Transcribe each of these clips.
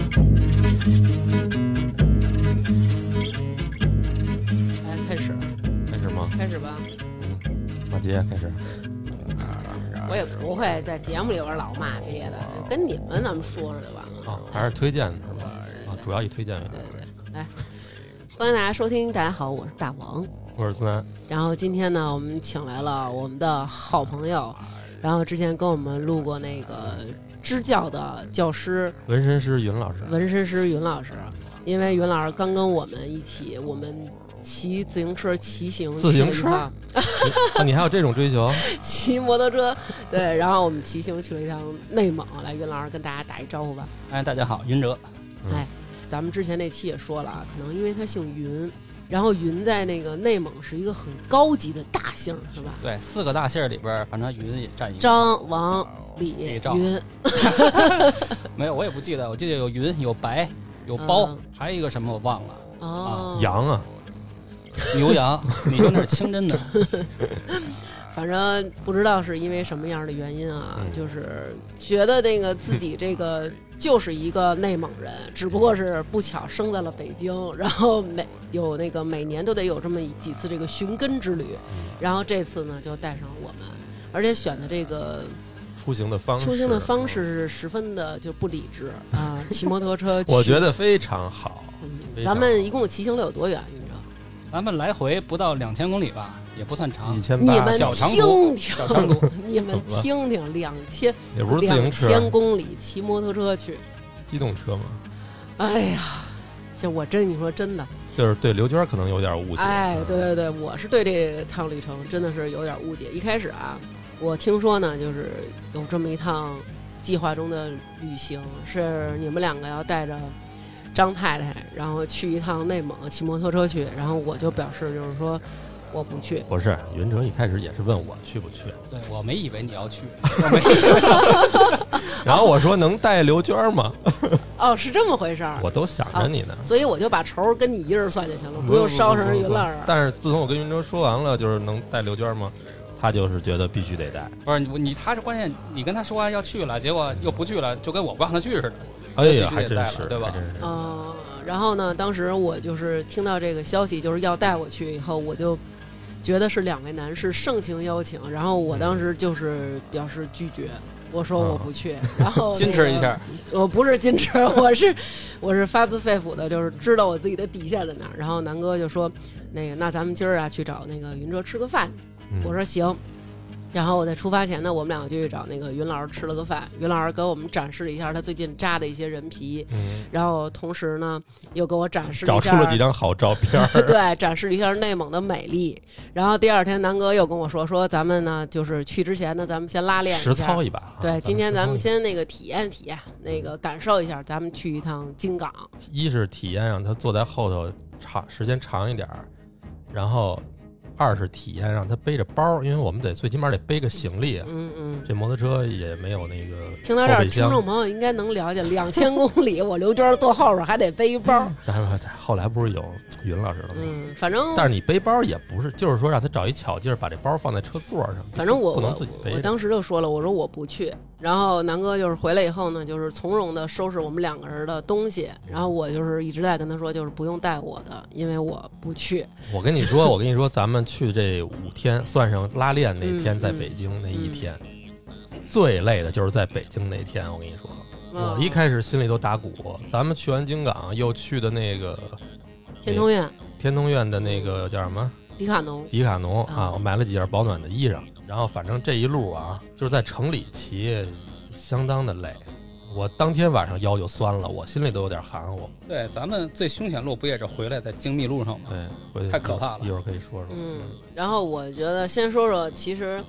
来哎开始，开始吗？开始吧。马杰开始。我也不会在节目里边老骂街的，就哦跟你们咱们说说就完了。啊，还是推荐是吧？啊，主要以推荐为主。来，欢迎大家收听，大家好，我是大王。我是思南，然后今天呢，我们请来了我们的好朋友，然后之前跟我们录过那个支教的教师纹身师云 老师。纹身师云老师，因为云老师刚跟我们一起，我们骑自行车骑行去自了一行趟， 车啊你还有这种追求？骑摩托车，对，然后我们骑行去了一趟内蒙，来云老师跟大家打一招呼吧。哎，大家好，云哲，嗯哎，咱们之前那期也说了啊，可能因为他姓云，然后云在那个内蒙是一个很高级的大姓，是吧？对，四个大姓儿里边儿，反正云也占一个。张、王、李、李赵云，没有，我也不记得，我记得有云，有白，有包，嗯还有一个什么我忘了，哦，羊啊，牛 羊，你有点清真的。反正不知道是因为什么样的原因啊，嗯就是觉得那个自己这个就是一个内蒙人，只不过是不巧生在了北京，然后每有那个每年都得有这么几次这个寻根之旅，然后这次呢就带上我们，而且选的这个出行的方式，啊出行的方，式是十分的就不理智啊，骑摩托 车去。我觉得非常好。嗯非常咱们一共骑行了有多远？你知道吗？咱们来回不到两千公里吧，也不算长一。千你八，们小长听途听，小长途， 你们听听，两千也不是自行两千车，公里骑摩托车去，机动车嘛。哎呀，这我真你说真的，就是对刘娟可能有点误解。哎，嗯对，对对，我是对这趟旅程真的是有点误解。一开始啊，我听说呢，就是有这么一趟计划中的旅行，是你们两个要带着张太太，然后去一趟内蒙，骑摩托车去。然后我就表示就是说我不去，不是云哲一开始也是问我去不去，对，我没以为你要去，我没。然后我说能带刘娟吗？哦，是这么回事儿，我都想着你呢。所以我就把仇跟你一人算就行了，不用捎上云老师。但是自从我跟云哲说完了，就是能带刘娟吗？他就是觉得必须得带。 不是你，你他是关键，你跟他说完要去了，结果又不去了，就跟我不让他去似的。哎呀，必须得还真带了是，对吧还真是哦，然后呢，当时我就是听到这个消息，就是要带我去以后，我就觉得是两位男士盛情邀请，然后我当时就是表示拒绝，我说我不去，然后哦 矜持一下，那个，我不是矜持， 我是我是发自肺腑的，就是知道我自己的底线在哪儿。然后南哥就说，那个那咱们今儿啊去找那个云哲吃个饭嗯我说行。然后我在出发前呢，我们两个就去找那个云老师吃了个饭。云老师给我们展示了一下他最近扎的一些人皮，嗯，然后同时呢又给我展示了找一出下，了几 张好照片儿。对，展示了一下内蒙的美丽。然后第二天南哥又跟我说，说咱们呢就是去之前呢，咱们先拉练实一下操。一把啊。对，今天实咱操们一把先那个体验体验，那个感受一下，咱们去一趟京港。一是体验让他坐在后头长时间长一点儿，然后二是体验让他背着包儿，因为我们得最起码得背个行李。啊嗯嗯，这摩托车也没有那个听到这后儿，备听箱众朋友应该能了解，两千公里，我刘娟坐后边还得背一包。然后后来不是有云老师了吗？嗯，反正但是你背包也不是，就是说让他找一巧劲儿把这包放在车座上，反正我不能我自己背我着当时就说了，我说我不去。然后南哥就是回来以后呢，就是从容的收拾我们两个人的东西。然后我就是一直在跟他说，就是不用带我的，因为我不去。我跟你说，我跟你说，咱们去这五天，算上拉练那嗯天，在嗯北京那一天，最累的就是在北京那天。我跟你说，我嗯一开始心里都打鼓。咱们去完京港，又去的那个天通苑、天通苑的那个叫什么迪卡侬，迪卡侬啊啊，我买了几件保暖的衣裳。然后反正这一路啊，就是在城里骑，相当的累。我当天晚上腰就酸了，我心里都有点含糊。对，啊咱们最凶险路不也是回来在精密路上吗？对，哎回去太可怕了一会儿可以说说。嗯，然后我觉得先说说，其实，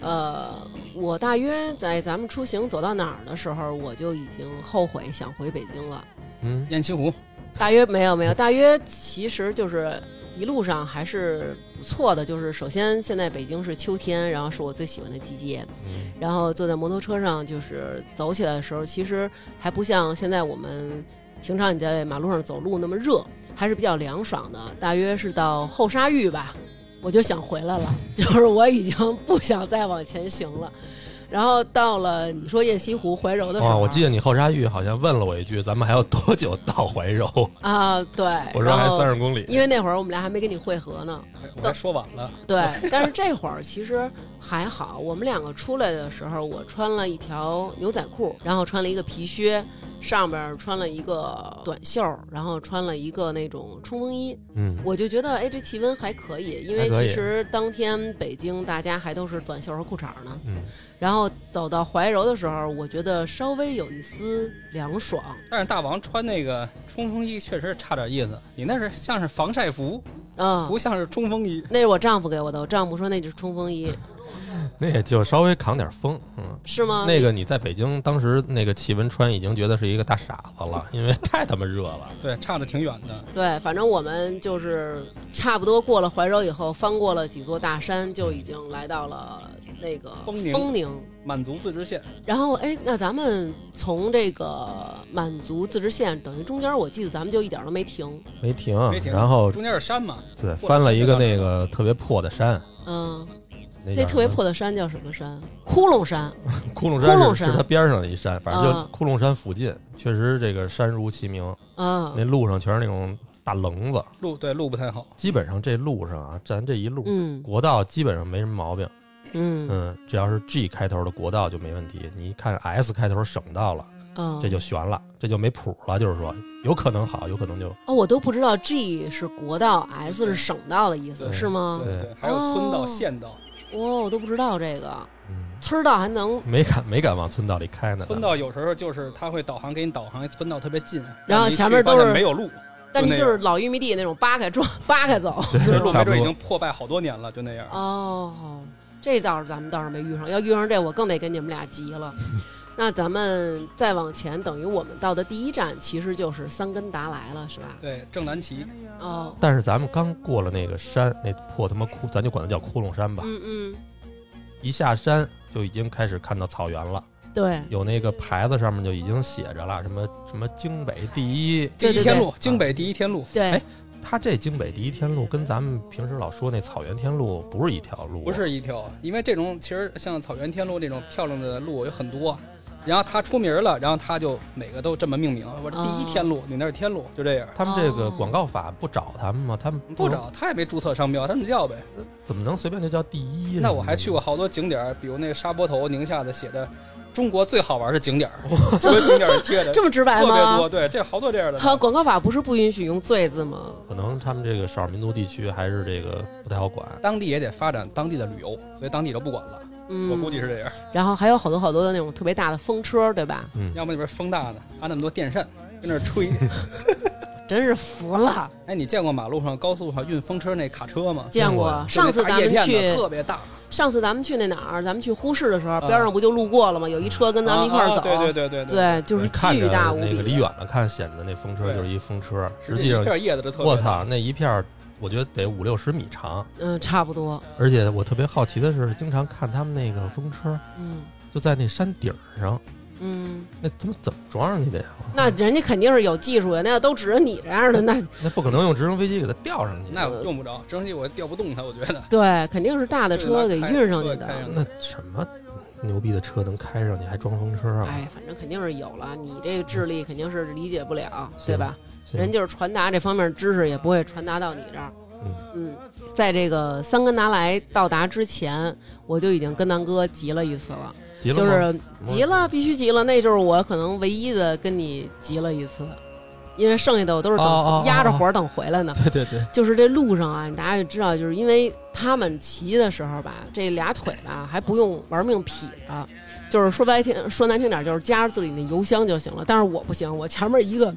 呃，我大约在咱们出行走到哪儿的时候，我就已经后悔想回北京了。嗯，雁栖湖，大约没有没有，大约其实就是一路上还是不错的。就是首先现在北京是秋天，然后是我最喜欢的季节，嗯然后坐在摩托车上就是走起来的时候，其实还不像现在我们平常你在马路上走路那么热，还是比较凉爽的。大约是到后沙 峪吧，我就想回来了，就是我已经不想再往前行了。然后到了你说雁西湖怀柔的时啊，候，我记得你后沙峪好像问了我一句，咱们还要多久到 怀柔？啊，对，我说还然后三十公里。因为那会儿我们俩还没跟你会合呢，哎我还说晚了，对，但是这会儿其实还好，我们两个出来的时候，我穿了一条牛仔裤，然后穿了一个皮靴，上边穿了一个短袖，然后穿了一个那种冲锋衣，嗯，我就觉得哎，这气温还可以，因为还可以其实当天北京大家还都是短袖和裤衩呢。嗯，然后走到怀柔的时候，我觉得稍微有一丝凉爽，但是大王穿那个冲锋衣确实差点意思，你那是像是防晒服，嗯，不像是冲锋衣。那是我丈夫给我的，我丈夫说那就是冲锋衣，那也就稍微扛点风，嗯。是吗？那个你在北京当时那个气温穿，已经觉得是一个大傻子了，因为太他妈热了。对，差的挺远的。对，反正我们就是差不多过了怀柔以后，翻过了几座大山，就已经来到了那个丰宁丰宁。满族自治县，然后，哎，那咱们从这个满族自治县，等于中间我记得咱们就一点儿都没停。没停，没停然后中间是山嘛，对过了翻了一个山再那个特别破的山，嗯，那那叫特别什么破的山叫什么山？呼隆山。窟窟窿窿山是山是它边上的一山，反正就啊窟窿山附近，确实这个山如其名，啊，那路上全是那种大棱子，路对路不太好。基本上这路上啊，咱这一路嗯国道基本上没什么毛病，嗯嗯，只要是 G 开头的国道就没问题，你一看 S 开头省道了，嗯啊，这就悬了，这就没谱了，就是说有可能好，有可能就哦，我都不知道 G 是国道，S 是省道的意思，对哦是吗？对对，还有村道、县道，哇、我都不知道这个嗯村儿道还能没敢没敢往村道里开呢，村道有时候就是他会导航给你导航，村道特别近，然后你一去前面都是发现没有路，但是就那就是老玉米地那种扒开装、 扒开走。对，这路差没不准已多经。破败好多年了，就那样。哦，这倒是咱们倒是没遇上，要遇上这我更得跟你们俩急了。那咱们再往前，等于我们到的第一站其实就是桑根达莱了，是吧？对，正蓝旗哦，但是咱们刚过了那个山，那破他妈窟，咱就管它叫窟窿山吧。嗯嗯，一下山就已经开始看到草原了，对，有那个牌子上面就已经写着了，什么什么京北第一。第对一对天对嗯路，京北第一天路，对哎，它这京北第一天路跟咱们平时老说那草原天路不是一条路，啊不是一条，因为这种其实像草原天路这种漂亮的路有很多，然后它出名了，然后它就每个都这么命名，我这第一天路，你那是天路，就这样。他们这个哦广告法不找他们吗？他们不能，找，他也没注册商标，他们叫呗。怎么能随便就叫第一？那我还去过，好多景点儿，比如那个沙坡头宁夏的写着“中国最好玩的景点儿”，所有景点儿贴着 这么直白呃特别吗多。？对，这好多这样的好，呢。广告法不是不允许用“罪”字吗？可能他们这个少数民族地区还是这个不太好管。当地也得发展当地的旅游，所以当地都不管了。嗯，我估计是这样，然后还有好多好多的那种特别大的风车，对吧？嗯，要么那边风大呢，安那么多电扇跟那儿 吹。真是服了，哎，你见过马路上、高速上运风车那卡车吗？见见过过。 上次就那咱大叶们片去子特别大，上次咱们去那哪儿，咱们去呼市的时候，边上不就路过了吗？有一车跟咱们一块儿走，啊对对对对对，对就是你看巨着大无那比啊个离远了看，显得那风车对就是一风车，实这际一上，片叶子都特别。我！操，那一片儿我觉得得五六十米长。嗯，差不多，而且我特别好奇的是，经常看他们那个风车嗯就在那山顶上，嗯，那他妈怎么装上去的呀？那人家肯定是有技术的，那要都指着你这样的，那那不可能用直升飞机给它吊上去。那用不着，直升机我调不动它，我觉得。对，肯定是大的车给运上去对开开的上。那什么牛逼的车能开上去还装风车啊？哎，反正肯定是有了，你这个智力肯定是理解不了，对吧？行人就是传达这方面知识也不会传达到你这儿。嗯嗯，在这个桑根达莱到达之前，我就已经跟南哥急了一次了。急了就吗是么急了，必须急了，那就是我可能唯一的跟你急了一次，因为剩下的我都是等、哦哦哦压着火等回来呢。 对对对，就是这路上啊，大家就知道，就是因为他们骑的时候吧，这俩腿吧还不用玩命劈着，就是说白听说难听点，就是夹着自己那油箱就行了。但是我不行，我前面一个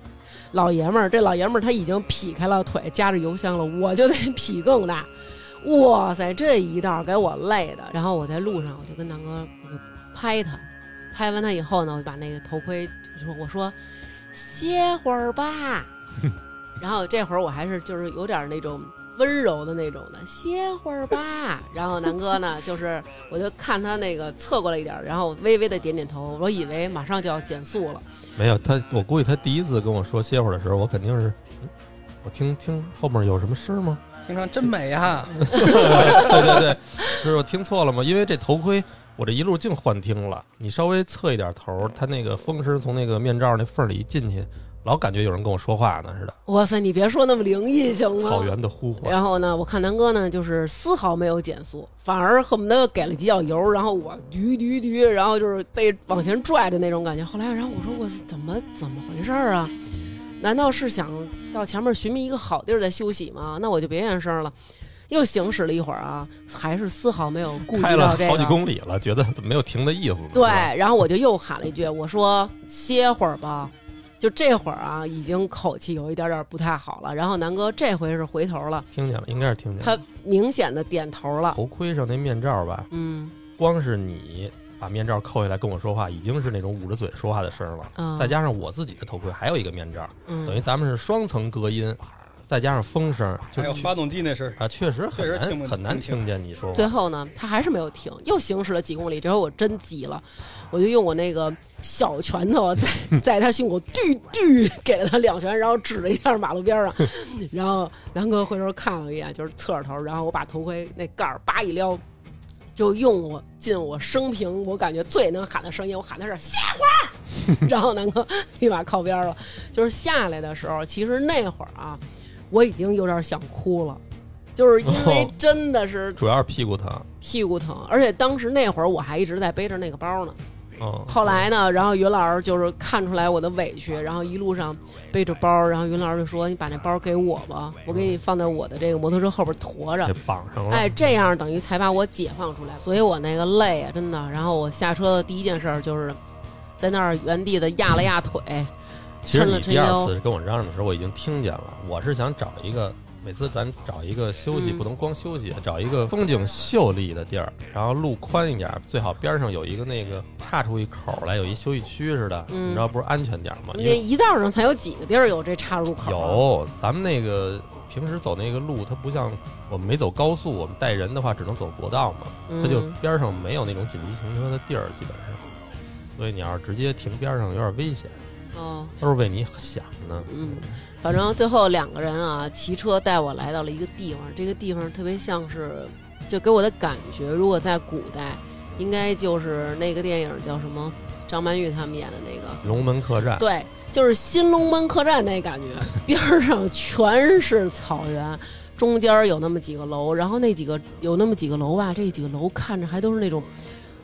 老爷们儿，这老爷们儿他已经劈开了腿，夹着油箱了，我就得劈更大。哇塞，这一道给我累的。然后我在路上我就跟南哥我就拍他，拍完他以后呢，我就把那个头盔就说我说歇会儿吧。然后这会儿我还是就是有点那种温柔的那种的，歇会儿吧。然后南哥呢，就是我就看他那个侧过来一点儿，然后微微的点点头，我以为马上就要减速了。没有他，我估计他第一次跟我说歇会儿的时候，我肯定是，嗯我听听后面有什么声 吗？听上真美啊！对对对，就是我听错了吗？因为这头盔我这一路净幻听了，你稍微侧一点头，它那个风是从那个面罩那缝里一进去，老感觉有人跟我说话呢似的。哇塞，你别说那么灵异行吗？草原的呼唤，然后呢，我看南哥呢，就是丝毫没有减速，反而恨不得给了几脚油，然后我驴驴驴，然后就是被往前拽的那种感觉。后来，然后我说我怎么怎么回事儿啊？难道是想到前面寻觅一个好地儿再休息吗？那我就别验声了。又行驶了一会儿啊，还是丝毫没有顾及开了到这个。好几公里了，觉得怎么没有停的意思呢？是对，吧然后我就又喊了一句，我说歇会儿吧。就这会儿啊，已经口气有一点点不太好了。然后南哥这回是回头了，听见了，应该是听见了。他明显的点头了。头盔上那面罩吧，嗯光是你把面罩扣下来跟我说话，已经是那种捂着嘴说话的声儿了。啊，再加上我自己的头盔，还有一个面罩，等嗯于咱们是双层隔音，再加上风声， 就还有发动机那事儿，啊，确实很确实听难不很难能听听见你说话。最后呢，他还是没有停，又行驶了几公里。这回我真急了，我就用我那个小拳头 在在他胸口嘟嘟给了他两拳，然后指了一下马路边上。 然后南哥回头看了一眼，就是侧着头，然后我把头盔那盖儿叭一撩，就用我尽我生平我感觉最能喊的声音，我喊的是歇会儿。 然后南哥立马靠边了。就是下来的时候，其实那会儿啊，我已经有点想哭了。就是因为哦真的是主要是屁股疼，屁股疼，而且当时那会儿我还一直在背着那个包呢。嗯，后来呢，然后云老师就是看出来我的委哦屈，然后一路上背着包，然后云老师就说：“你把那包给我吧，我给你放在我的这个摩托车后边驮着给。绑上”了。哎，这样等于才把我解放出来，所以我那个累啊，真的。然后我下车的第一件事儿就是在那儿原地的压了压腿，其实抻你了抻第二腰次跟我嚷嚷的时候，我已经听见了。我是想找一个，每次咱找一个休息，嗯不能光休息，找一个风景秀丽的地儿，然后路宽一点，最好边上有一个那个岔出一口来，有一休息区似的，嗯你知道不是安全点吗？哦因那为一道上才有几个地儿有这岔路口。，啊有咱们那个平时走那个路，它不像我们没走高速，我们带人的话只能走国道嘛，嗯、它就边上没有那种紧急停车的地儿，基本上。所以你要是直接停边上有点危险，哦。都是为你想呢。嗯，反正最后两个人啊，骑车带我来到了一个地方，这个地方特别像是，就给我的感觉，如果在古代，应该就是那个电影叫什么，张曼玉他们演的那个，龙门客栈，对，就是新龙门客栈那感觉，边儿上全是草原。中间有那么几个楼，然后那几个有那么几个楼吧，这几个楼看着还都是那种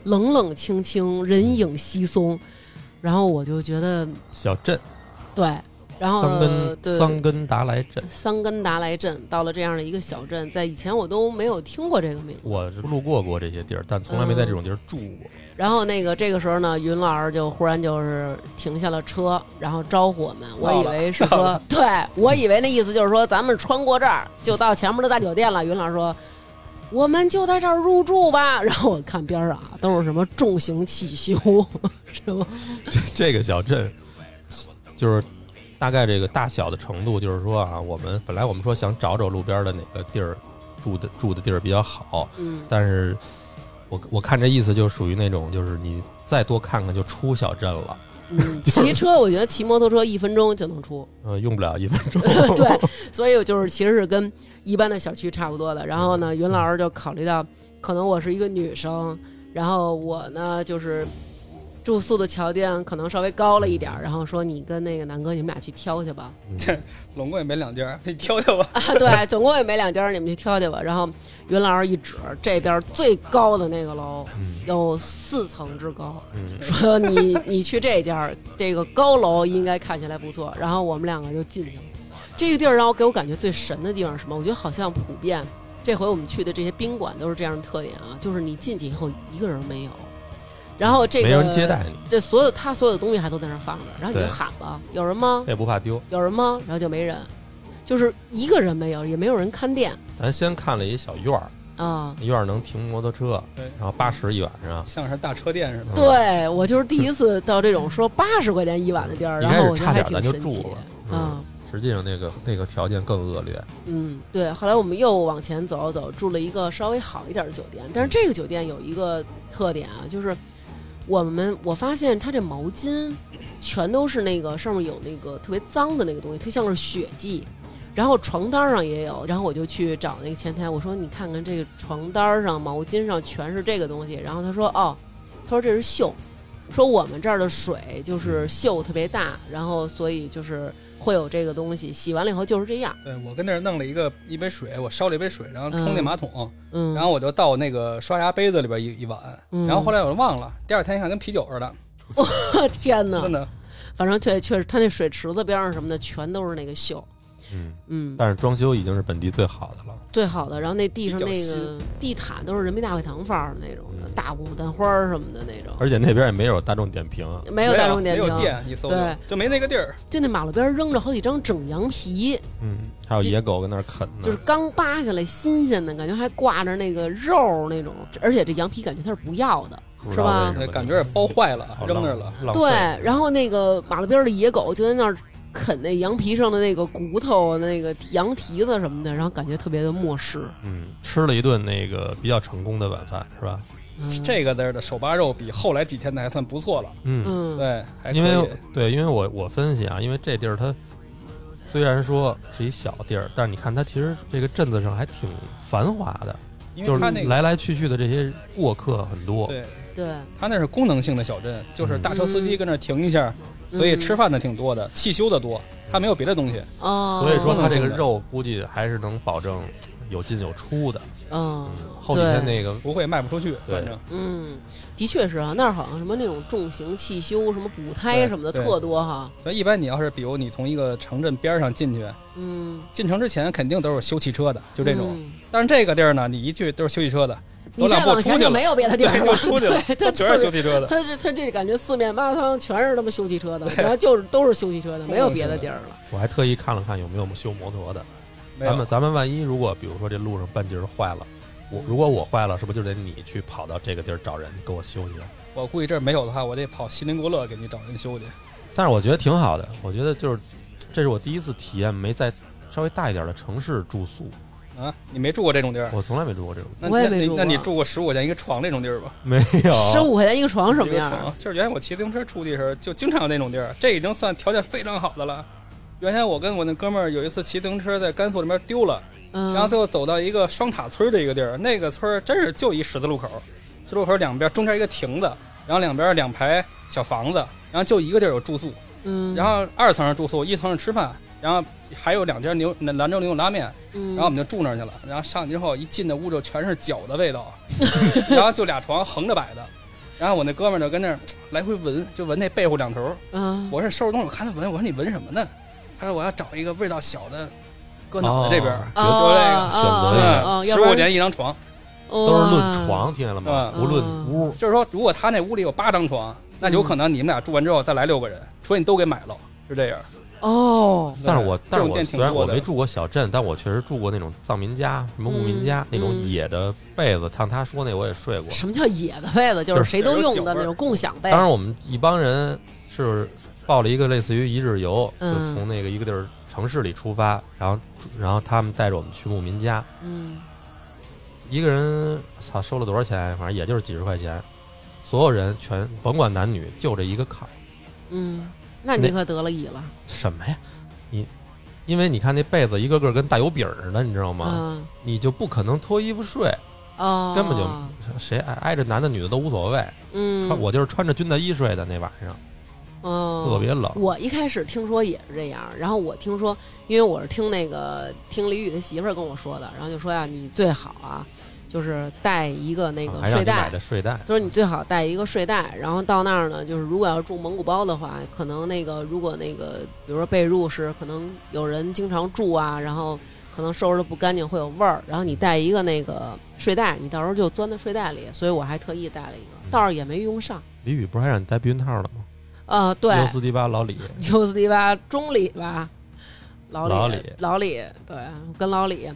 冷冷清清、人影稀松，然后我就觉得小镇，对，然后桑对根桑根达莱镇，桑根达莱镇，到了这样的一个小镇，在以前我都没有听过这个名字。我是路过过这些地儿，但从来没在这种地儿住过。然后那个这个时候呢，云老师就忽然就是停下了车，然后招呼我们。我以为是到说了， 对我以为那意思就是说咱们穿过这儿就到前面的大酒店了。云老师说。我们就在这儿入住吧。然后我看边上啊，都是什么重型汽修，什么这个小镇就是大概这个大小的程度，就是说啊，我们本来我们说想找找路边的哪个地儿住的住的地儿比较好，嗯，但是我我看这意思就属于那种，就是你再多看看就出小镇了，嗯，骑车我觉得骑摩托车一分钟就能出。呃，用不了一 分钟。对，所以我就是其实是跟一般的小区差不多的。然后呢，云老师就考虑到，可能我是一个女生，然后我呢就是住宿的条件可能稍微高了一点儿，然后说你跟那个南哥你们俩去挑去吧。嗯拢共也没两家，你挑挑吧。啊，对，总共也没两家儿，你们去挑去吧。然后云老师一指这边最高的那个楼嗯有四层之高，嗯，说你你去这家儿，这个高楼应该看起来不错。然后我们两个就进去了。这个地儿让我给我感觉最神的地方是什么？我觉得好像普遍这回我们去的这些宾馆都是这样的特点啊，就是你进去以后一个人没有，然后这个没人接，待你，这所有他所有的东西还都在那儿放着，然后你就对喊吧，有人吗？也不怕丢。有人吗？然后就没人，就是一个人没有，也没有人看店咱先看了一小院儿，啊。院儿能停摩托车对，然后八十一晚上。像是大车店似的。嗯对我就是第一次到这种说八十块钱一晚的地儿，一然开后我始觉差得还点挺咱神就住奇了，嗯的啊。实际上那个那个条件更恶劣，嗯，对。后来我们又往前走了走，住了一个稍微好一点的酒店，但是这个酒店有一个特点啊，就是我们我发现它这毛巾全都是那个上面有那个特别脏的那个东西，特像是血迹。然后床单上也有，然后我就去找那个前台，我说你看看这个床单上、毛巾上全是这个东西。然后他说哦，他说这是锈，说我们这儿的水就是锈特别大，然后所以就是会有这个东西，洗完了以后就是这样。对我跟那儿弄了一个一杯水，我烧了一杯水，然后冲那马桶，嗯，然后我就倒那个刷牙杯子里边一一碗，嗯然后后来我就忘了，第二天一看跟啤酒似的， 天哪真，的。反正确确实他那水池子边上什么的全都是那个锈，嗯，嗯，但是装修已经是本地最好的了。最好的。然后那地上比较那个新地毯都是人民大会堂范儿的那种的，嗯大牡丹花儿什么的那种，而且那边也没有大众点评，没有大众点没有评，店，一搜就对就没那个地儿。就那马路边儿扔着好几张整羊皮，嗯，还有野狗跟那儿啃嗯呢，就是刚扒下来新鲜的，感觉还挂着那个肉儿那种，而且这羊皮感觉它是不要的，不知是道吧为什么感觉也包坏了好，扔那儿浪了。，浪费对，然后那个马路边儿的野狗就在那儿啃那羊皮上的那个骨头、那个羊蹄子什么的，然后感觉特别的漠视。嗯，吃了一顿那个比较成功的晚饭，是吧？嗯、这个字儿的手扒肉比后来几天的还算不错了，嗯，嗯，对，还可以因为对，因为我我分析啊，因为这地儿它虽然说是一小地儿，但是你看它其实这个镇子上还挺繁华的，因就为是它那个来来去去的这些过客很多。对，对，它那是功能性的小镇，就是大车司机嗯跟那儿停一下，所以吃嗯饭的挺多的，汽修的多，它没有别的东西。哦，所以说，它这个嗯肉估计还是能保证有进有出的。嗯，后几天对那个不会卖不出去，对反正嗯，的确是啊，那儿好像什么那种重型汽修、什么补胎对什么的对特多哈。所以一般你要是比如你从一个城镇边上进去，嗯，进城之前肯定都是修汽车的，就这种。嗯但是这个地儿呢，你一去都是修汽车的，你走再两步往出前去就了没，有别的地对，儿就了，出 去了，对，都它全是就修汽车的。他这他这感觉四面八方全是他妈修汽车的，然后就是都是修汽车的，没有别的地儿了。我还特意看了看有没有修摩托的。没咱们有，咱们万一如果比如说这路上半截儿坏了，我如果我坏了，是不是就得你去跑到这个地儿找人给我修去？我估计这儿没有的话，我得跑锡林郭勒给你找人修去。但是我觉得挺好的，我觉得就是这是我第一次体验没在稍微大一点的城市住宿，啊，你没住过这种地儿？我从来没住过这种，那我也那没你住那你过住过十五块钱一个床那种地儿吧？ 没十有。五块钱一个床什么样哦一个儿？床就是原来我骑自行车出去的时候，就经常有那种地儿，这已经算条件非常好的了。原先我跟我那哥们儿有一次骑自行车在甘肃那边丢了，然嗯，后最后走到一个双塔村的一个地儿，那个村儿真是就一十字路口，十字路口两边中间一个亭子，然后两边两排小房子，然后就一个地儿有住宿，嗯，然后二层是住宿，一层是吃饭，然后还有两家牛兰州牛肉拉面，嗯，然后我们就住那儿去了。然后上去之后，一进那屋就全是脚的味道，然后就俩床横着摆的。然后我那哥们儿就跟那儿来回闻，就闻那被褥两头儿。嗯，我说收拾东西，我看他闻，我说你闻什么呢？他说我要找一个味道小的，搁哦脑袋这边儿。啊说这个啊选择啊呀啊嗯，要十不然五哦块钱一张床，都是论哇，床，听见了吗？嗯不论屋，就是说，如果他那屋里有八张床，那有可能你们俩住完之后再来六个人，除非你都给买了，是这样。哦，但是我这但是种我店虽挺然我多的没住过小镇，但我确实住过那种藏民家、什么牧民家嗯那种嗯野的被子，像他说那我也睡过。什么叫野的被子？就是谁都用就是有的脚那味种儿共享被当。然，我们一帮人是报了一个类似于一日游，就嗯从那个一个地儿城市里出发，然后然后他们带着我们去牧民家，嗯，一个人操收了多少钱？反正也就是几十块钱，所有人全甭管男女，就这一个炕，嗯，那你那可得了乙了什么呀？你因为你看那被子一个个跟大油饼儿似的，你知道吗？嗯，你就不可能脱衣服睡，哦，根本就谁挨挨着男的女的都无所谓。嗯，穿我就是穿着军大衣睡的那晚上，哦，特别冷。我一开始听说也是这样，然后我听说，因为我是听那个听李宇的媳妇儿跟我说的，然后就说呀、你最好啊，就是带一个那啊个还让睡你买袋，的睡袋，就是你最好带一个睡袋，然后到那儿呢，就是如果要住蒙古包的话，可能那个如果那个比如说被褥是可能有人经常住啊，然后可能收拾的不干净会有味儿，然后你带一个那个睡袋，你到时候就钻在睡袋里，所以我还特意带了一个，倒是也没用上，李宇不是还让你戴避孕套了吗？啊、对，尤斯迪巴老李，就是迪吧，中里吧，老李，老老李对，跟老李。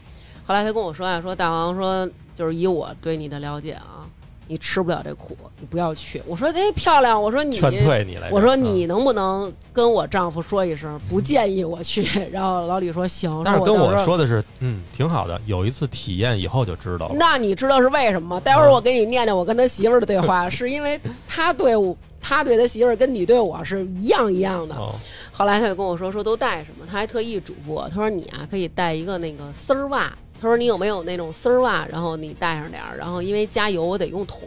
后来他跟我说啊，说大王说，就是以我对你的了解啊，你吃不了这苦，你不要去。我说，哎，漂亮，我说你，劝退你来着。我说嗯你能不能跟我丈夫说一声，不建议我去。 然后老李说行，但是说跟我到我时候。说的是，嗯，挺好的。有一次体验以后就知道了。那你知道是为什么吗？待会嗯儿我给你念念我跟他媳妇儿的对 话，是因为他对我，他对他媳妇儿跟你对我是一样一样的。哦，后来他就跟我说说都带什么，他还特意嘱咐我，他说你啊可以带一个那个丝儿袜，他说你有没有那种丝儿袜，然后你带上点儿，然后因为加油我得用桶，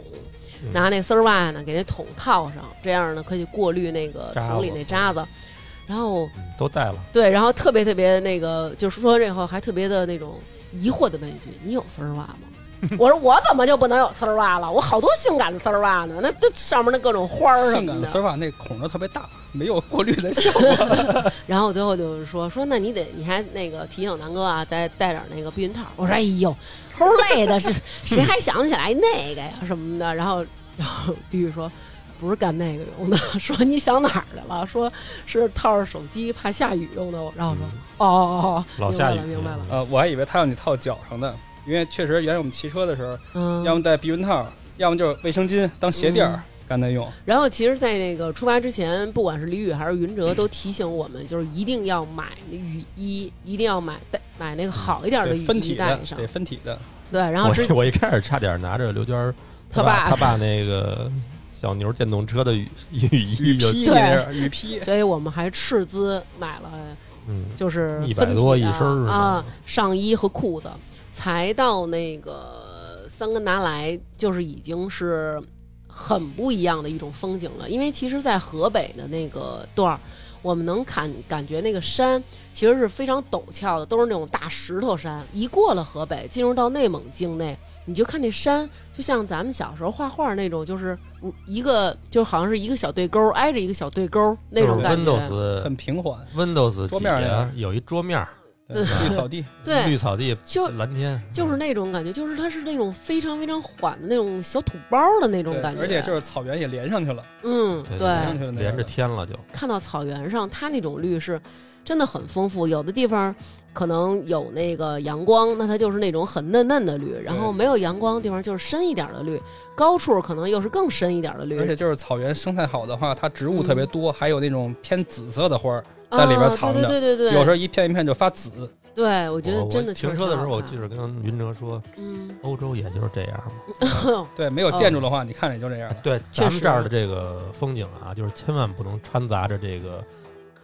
嗯拿那丝儿袜呢给那桶套上，这样呢可以过滤那个渣桶里子那渣子。然后嗯都带了，对，然后特别特别那个，就是说这以后还特别的那种疑惑的问一句：“你有丝儿袜吗？”我说我怎么就不能有丝儿袜了？我好多性感的丝儿袜呢，那这上面的各种花儿什性么感的的丝。袜那孔子特别大，没有过滤的效果。然后最后就是说说，那你得你还那个提醒南哥啊，再带点那个避孕套。我说哎呦，齁累的是 谁还想起来那个呀什么的？然后然后碧玉说。不是干那个用的， 说你想哪儿去了？说是套着手机怕下雨用的。然后我说、嗯哦哦哦，老明下白雨嗯了，明白了。 呃，我还以为他让你套脚上的，因为确实原来我们骑车的时候，嗯，要么带避孕套，要么就是卫生巾当鞋垫儿干那用。然后，其实，在那个出发之前，不管是李宇还是云哲，都提醒我们，就是一定要买雨衣，一定要买带买那个好一点的对，雨分衣体带的，上。对，分体的。对，然后之我我一开始差点拿着刘娟儿他爸爸他爸那个小牛电动车的雨雨雨衣就，披对那是雨披，所以我们还斥资买了，嗯，就是100分体的多一身儿是吧啊，上衣和裤子，才到那个桑根达莱，就是已经是很不一样的一种风景了。因为其实，在河北的那个段儿，我们能感感觉那个山其实是非常陡峭的，都是那种大石头山。一过了河北，进入到内蒙境内，你就看那山，就像咱们小时候画画那种，就是嗯一个就好像是一个小对勾儿挨着一个小对勾儿那就是种感觉。 Windows 很平缓， Windows 桌面儿几那啊样有一桌面儿，对对，绿草地。对，绿草地，就蓝天，就是那种感觉，就是它是那种非常非常缓的那种小土包的那种对，感觉，而且就是草原也连上去了，嗯，对对对连着天了就，看到草原上它那种绿是真的很丰富，有的地方可能有那个阳光，那它就是那种很嫩嫩的绿，然后没有阳光的地方就是深一点的绿，高处可能又是更深一点的绿，而且就是草原生态好的话，它植物嗯特别多，还有那种偏紫色的花儿在里边藏啊、着，对对对对，有时候一片一片就发紫。对我我觉得真的我停挺车的时候，好我看记着跟云哲说，嗯， 欧洲也就是这样嘛。对，没有建筑的话，你看着也就这样了。对，确实咱们这儿的这个风景啊，就是千万不能掺杂着这个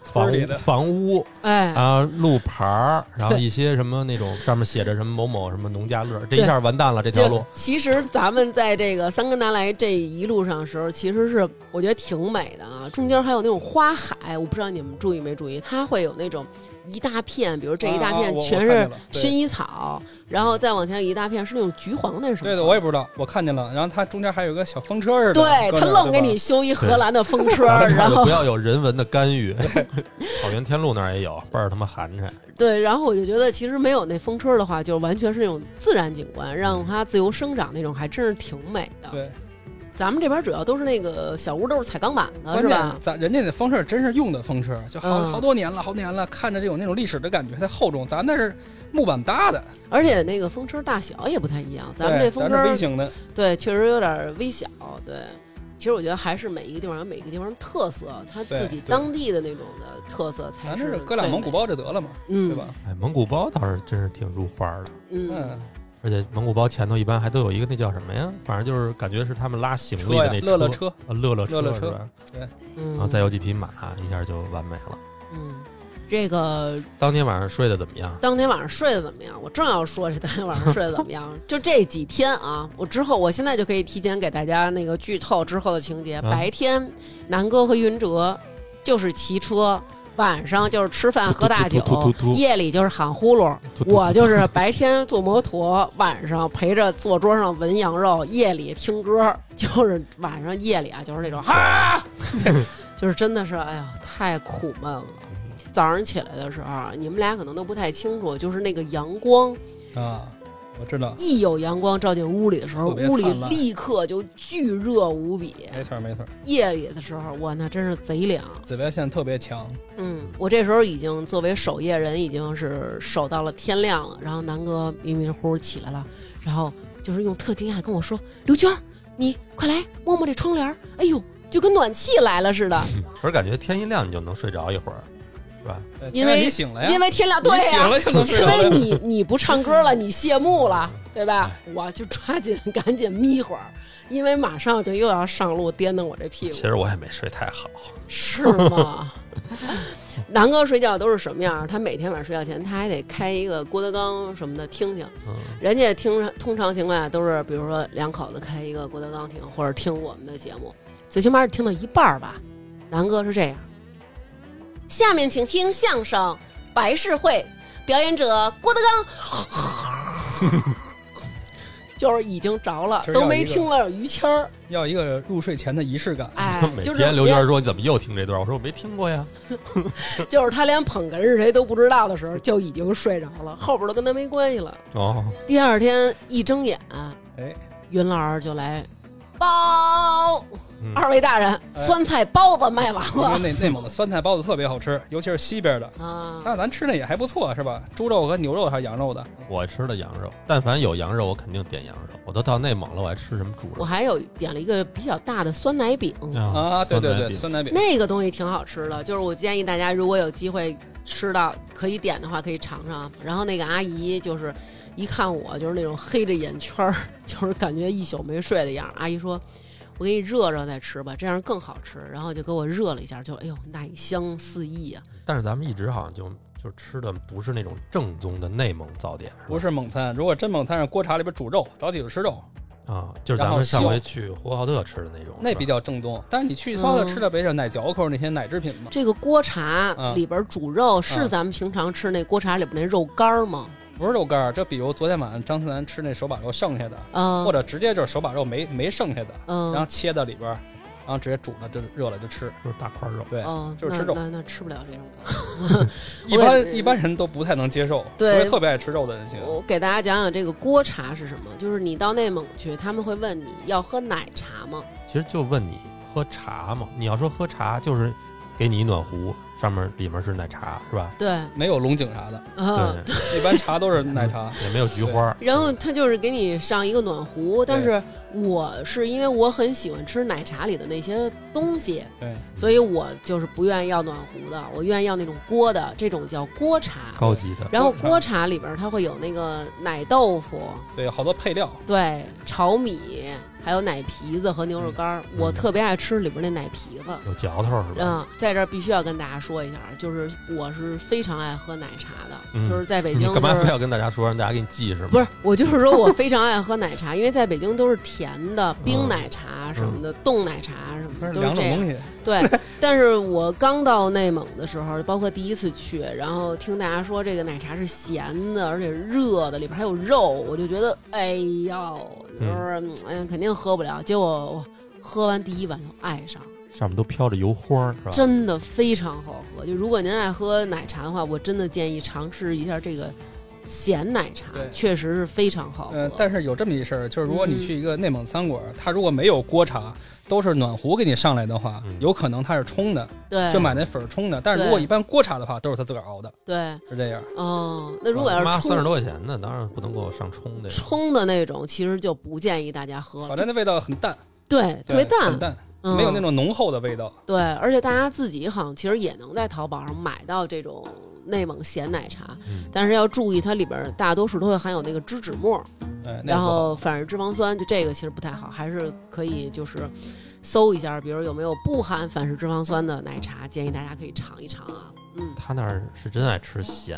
村房里的房屋哎，啊、路牌儿，然后一些什么那种上面写着什么某某什么农家乐，这一下完蛋了，这条路就。其实咱们在这个三根南来这一路上的时候，其实是我觉得挺美的啊。中间还有那种花海，我不知道你们注意没注意，它会有那种一大片，比如 这一大啊啊片我全我看见是了对薰衣草，然后再往前一大片是那种橘黄那是什么？对的，我也不知道，我看见了。然后它中间还有一个小风车似的，对搁他那儿愣给对吧你修一荷兰的风车，咱们这然儿就后 不要有人文的干预。 草原天路那儿也有，倍儿他妈寒碜。对，然后我就觉得其实没有那风车的话，就完全是那种自然景观，让它自由生长那种，还真是挺美的。对，咱们这边主要都是那个小屋，都是踩钢板的，关是键吧？咱人家那风车真是用的风车，就好嗯好多年了，好多年了，看着就有那种历史的感觉，它厚重。咱那是木板搭的，而且那个风车大小也不太一样，咱们这对风咱是微车型的，对确实有点微小，对。其实我觉得还是每一个地方有每个地方的特色，它对自己对当地的那种的特色才咱这是是哥俩最蒙古美，包就得了嘛，嗯，对吧？？哎，蒙古包倒是真是挺入花儿的，嗯，嗯，而且蒙古包前头一般还都有一个那叫什么呀？反正就是感觉是他们拉行李车的呀那，乐乐车，车，啊乐乐乐乐是车吧？嗯，然后啊再有几匹马，一下就完美了。嗯，这个当天晚上睡得怎么样？当天晚上睡得怎么样？我正要说这当天晚上睡得怎么 样，就这几天啊，我之后我现在就可以提前给大家那个剧透之后的情节。啊白天，南哥和云哲就是骑车，晚上就是吃饭啊喝大酒突突突突突，夜里就是喊呼 噜。突突突我就是白天坐摩托， 晚上陪着坐桌上闻羊肉，夜里听歌，就是晚上夜里啊，就是那种 哈，就是真的是哎呀，太苦闷了。早上起来的时候，你们俩可能都不太清楚，就是那个阳光，啊，我知道，一有阳光照进屋里的时候，特别屋里灿烂立刻就巨热无比。没错儿没错儿，夜里的时候，我那真是贼凉。紫外线特别强，嗯，我这时候已经作为守夜人，已经是守到了天亮了。然后南哥迷迷糊糊起来了，然后就是用特惊讶地跟我说：“刘娟儿，你快来摸摸这窗帘儿，哎呦，就跟暖气来了似的。可是感觉天一亮你就能睡着一会儿，是吧？对因为哎天你醒了呀，因为天亮，对你呀、醒了就能睡因着为了。你你不唱歌了，你谢幕了，对吧？哎我就抓紧赶紧眯会儿，因为马上就又要上路颠蹬我这屁其股，实我也没睡太好，是吗？ 南哥睡觉都是什么样儿？他每天晚上睡觉前，他还得开一个郭德纲什么的听听。嗯，人家听通常情况下都是，比如说两口子开一个郭德纲听，或者听我们的节目，最起码是听到一半儿吧。南哥是这样。下面请听相声《白事会》，表演者郭德纲， 就是已经着了其，实要都没一个听了于谦儿，要一个入睡前的仪 式感。 哎 每，就是天刘连娟说：“你怎么又听这段？”我说：“我没听过呀。就是他连捧哏是谁都不知道的时候，就已经睡着了，后边都跟他没关系了。”哦，第二天一睁眼，哎，云老师就来包，嗯二位大人，哎酸菜包子卖完因为了内内蒙的酸菜包子特别好吃，尤其是西边的。啊！但咱吃的也还不错，是吧？猪肉和牛肉还是羊肉的，我吃的羊肉，但凡有羊肉，我肯定点羊肉。我都到内蒙了，我还吃什么猪我肉？还有点了一个比较大的酸奶饼，啊，对对酸奶对，饼酸奶饼，那个东西挺好吃的，就是我建议大家如果有机会吃到可以点的话，可以尝尝。然后那个阿姨就是一看我就是那种黑着眼圈儿， 就是感觉一宿没睡的样儿。阿姨说：“我给你热热再吃吧，这样更好吃。”然后就给我热了一下，就哎呦奶香四溢嗯啊！但是咱们一直好像就就吃的不是那种正宗的内蒙早点，不是是蒙餐。如果真蒙餐，是锅茶里边煮肉，早起就吃肉，吧啊，就是咱们上回去呼和浩特吃的那种，那是吧比较正宗。但是你去操的吃的不是奶嚼口那些奶制品吗？这个锅茶嗯里边煮肉是嗯咱们平常吃那锅茶里边那肉干儿吗？不是肉干儿，这比如昨天晚上张思楠吃那手把肉剩下的，嗯或者直接就是手把肉没没剩下的，然后嗯切到里边儿，然后直接煮了就热了就吃。就是大块肉。对，哦，就是那吃肉那那吃不了这种东西。一我般也一般人都不太能接受，对除非特别爱吃肉的人行。我给大家讲讲这个锅茶是什么，就是你到内蒙去，他们会问你要喝奶茶吗？其实就问你喝茶嘛，你要说喝茶，就是给你一暖壶，上面里面是奶茶，是吧？对，没有龙井啥的，啊，对， 一般茶都是奶 茶。也没有菊花。然后他就是给你上一个暖壶，但是我是因为我很喜欢吃奶茶里的那些东西，对，所以我就是不愿意要暖壶的，我愿意要那种锅的，这种叫锅茶。高级的，然后锅茶里边它会有那个奶豆腐，对，好多配料。对，炒米，还有奶皮子和牛肉干儿。嗯我特别爱吃里边那奶皮子。有嚼头是吧？嗯，在这儿必须要跟大家说一下，啊就是我是非常爱喝奶茶的，嗯就是在北你京 干嘛就非是。要跟大家说，让大家给你记是吗？不是，，我就是说我非常爱喝奶茶，因为在北京都是甜的，嗯冰奶茶什么的，冻奶茶什么不是的，都是两这种样东。西，对，但是我刚到内蒙的时候，包括第一次去，然后听大家说这个奶茶是咸的，而且热的，里边还有肉，我就觉得哎呦，就是嗯哎呀肯定喝不了。结果我喝完第一碗就爱上，上面都飘着油花儿是吧？真的非常好喝。就如果您爱喝奶茶的话，我真的建议尝试一下这个咸奶茶对，确实是非常好喝。嗯，但是有这么一事儿，就是如果嗯你去一个内蒙餐馆，它如果没有锅茶，都是暖壶给你上来的话嗯，有可能它是冲的，对就买那粉儿冲的。但是如果一般锅茶的话，都是他自个儿熬的，对，是这样。哦，那啊如果我要妈是三十冲多块钱呢，当然不能给我上冲的。冲的那种，其实就不建议大家喝了反。正那味道很淡，对，特别对很淡，嗯没有那种浓厚的味道。对，而且大家自己好像其实也能在淘宝上买到这种内蒙咸奶茶，嗯，但是要注意它里边儿大多数都会含有那个脂脂末，哎，那然个不好后反式脂肪酸，就这个其实不太好，还是可以就是搜一下，比如有没有不含反式脂肪酸的奶茶，建议大家可以尝一尝啊。嗯她那儿是真爱吃咸，